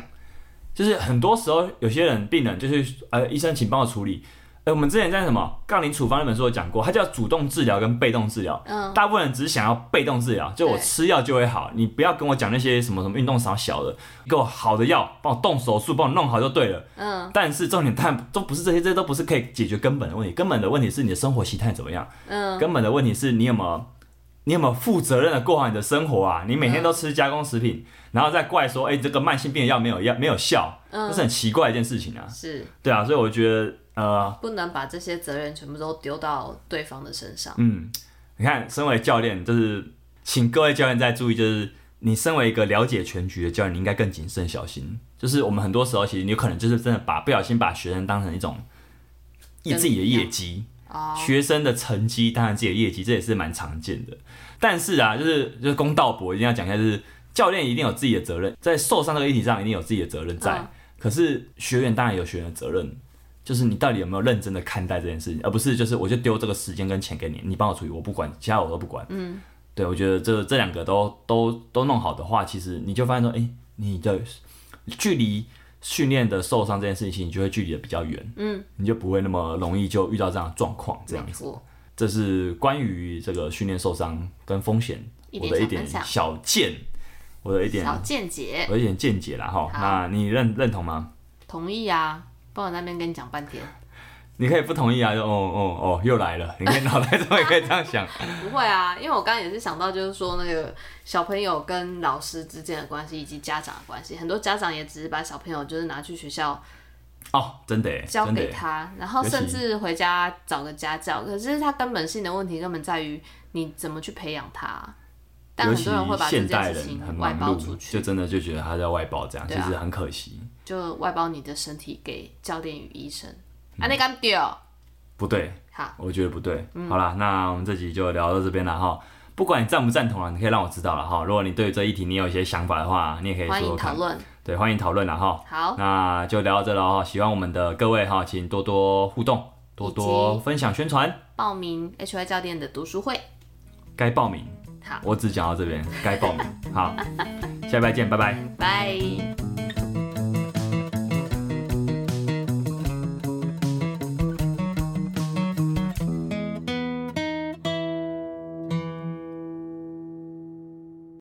Speaker 1: 就是很多时候，有些人病人就是呃，医生请帮我处理。呃，我们之前在什么《杠铃处方》那本书有讲过，它叫主动治疗跟被动治疗。
Speaker 2: 嗯，
Speaker 1: 大部分人只是想要被动治疗，就我
Speaker 2: 对
Speaker 1: 吃药就会好，你不要跟我讲那些什么什么运动啥小的，给我好的药，帮我动手术，帮我弄好就对了。
Speaker 2: 嗯
Speaker 1: 但是重点，但都不是这些，这都不是可以解决根本的问题。根本的问题是你的生活习态怎么样，
Speaker 2: 嗯，
Speaker 1: 根本的问题是你有没有，你有没有负责任的过好你的生活啊？你每
Speaker 2: 嗯
Speaker 1: 天都吃加工食品，然后再怪说，哎、这个慢性病的药没有药没有效，
Speaker 2: 嗯
Speaker 1: 这是很奇怪的一件事情啊。
Speaker 2: 是
Speaker 1: 对啊，所以我觉得，呃，
Speaker 2: 不能把这些责任全部都丢到对方的身上。
Speaker 1: 嗯，你看，身为教练，就是请各位教练再注意，就是你身为一个了解全局的教练，你应该更谨慎小心。就是我们很多时候，其实你有可能就是真的把不小心把学生当成一种。自己的业绩，嗯
Speaker 2: 哦，
Speaker 1: 学生的成绩，当然自己的业绩，这也是蛮常见的。但是啊，就是就是公道博一定要讲一下，就是教练一定有自己的责任，在受伤这个议题上一定有自己的责任在。
Speaker 2: 嗯
Speaker 1: 可是学员当然有学员的责任，就是你到底有没有认真的看待这件事情，而不是就是我就丢这个时间跟钱给你，你帮我处理，我不管，其他我都不管。嗯，对，我觉得这这两个都都都弄好的话，其实你就发现说，哎、你的距离训练的受伤这件事情，你就会距离的比较远。
Speaker 2: 嗯，
Speaker 1: 你就不会那么容易就遇到这样的状况，这样
Speaker 2: 没
Speaker 1: 子。
Speaker 2: 错，
Speaker 1: 这是关于这个训练受伤跟风险
Speaker 2: 一
Speaker 1: 我
Speaker 2: 点
Speaker 1: 的一
Speaker 2: 小
Speaker 1: 点
Speaker 2: 分享
Speaker 1: 小见，我的一点
Speaker 2: 小见解，
Speaker 1: 我的一点见解啦哈。那你认认同吗？
Speaker 2: 同意啊。不然我那边跟你讲半天，
Speaker 1: 你可以不同意啊，就哦哦哦，又来了，你可以脑袋中也可以这样想，
Speaker 2: 不会啊，因为我刚刚也是想到，就是说那个小朋友跟老师之间的关系，以及家长的关系，很多家长也只是把小朋友就是拿去学校
Speaker 1: 哦，真的耶，
Speaker 2: 交
Speaker 1: 真的
Speaker 2: 给
Speaker 1: 耶，
Speaker 2: 他，然后
Speaker 1: 尤
Speaker 2: 甚
Speaker 1: 其
Speaker 2: 至回家找个家教。可是他根本性的问题根本在于你怎么去培养他。但
Speaker 1: 尤
Speaker 2: 很
Speaker 1: 其
Speaker 2: 多人会把这
Speaker 1: 现代
Speaker 2: 件事情
Speaker 1: 人很
Speaker 2: 外
Speaker 1: 忙
Speaker 2: 包出
Speaker 1: 碌，就
Speaker 2: 去，
Speaker 1: 真的就觉得他在外包这样，其
Speaker 2: 对啊
Speaker 1: 实很可惜。
Speaker 2: 就外包你的身体给教练与医生。
Speaker 1: 嗯
Speaker 2: 啊，你敢丢？
Speaker 1: 不对，
Speaker 2: 好，
Speaker 1: 我觉得不对。
Speaker 2: 嗯
Speaker 1: 好啦，那我们这集就聊到这边了哈。不管你赞不赞同啊，你可以让我知道了哈。如果你对这一题你有一些想法的话，你也可以
Speaker 2: 欢
Speaker 1: 说说
Speaker 2: 迎讨
Speaker 1: 看。
Speaker 2: 论。
Speaker 1: 对，欢迎讨论了哈。
Speaker 2: 好，
Speaker 1: 那就聊到这了哈。喜欢我们的各位哈，请多多互动，多
Speaker 2: 以
Speaker 1: 多
Speaker 2: 及
Speaker 1: 分享宣传。
Speaker 2: 报名 HY 教练的读书会。
Speaker 1: 该报名，
Speaker 2: 好，
Speaker 1: 我只讲到这边，该报名。好，下礼拜见，拜拜。
Speaker 2: 拜。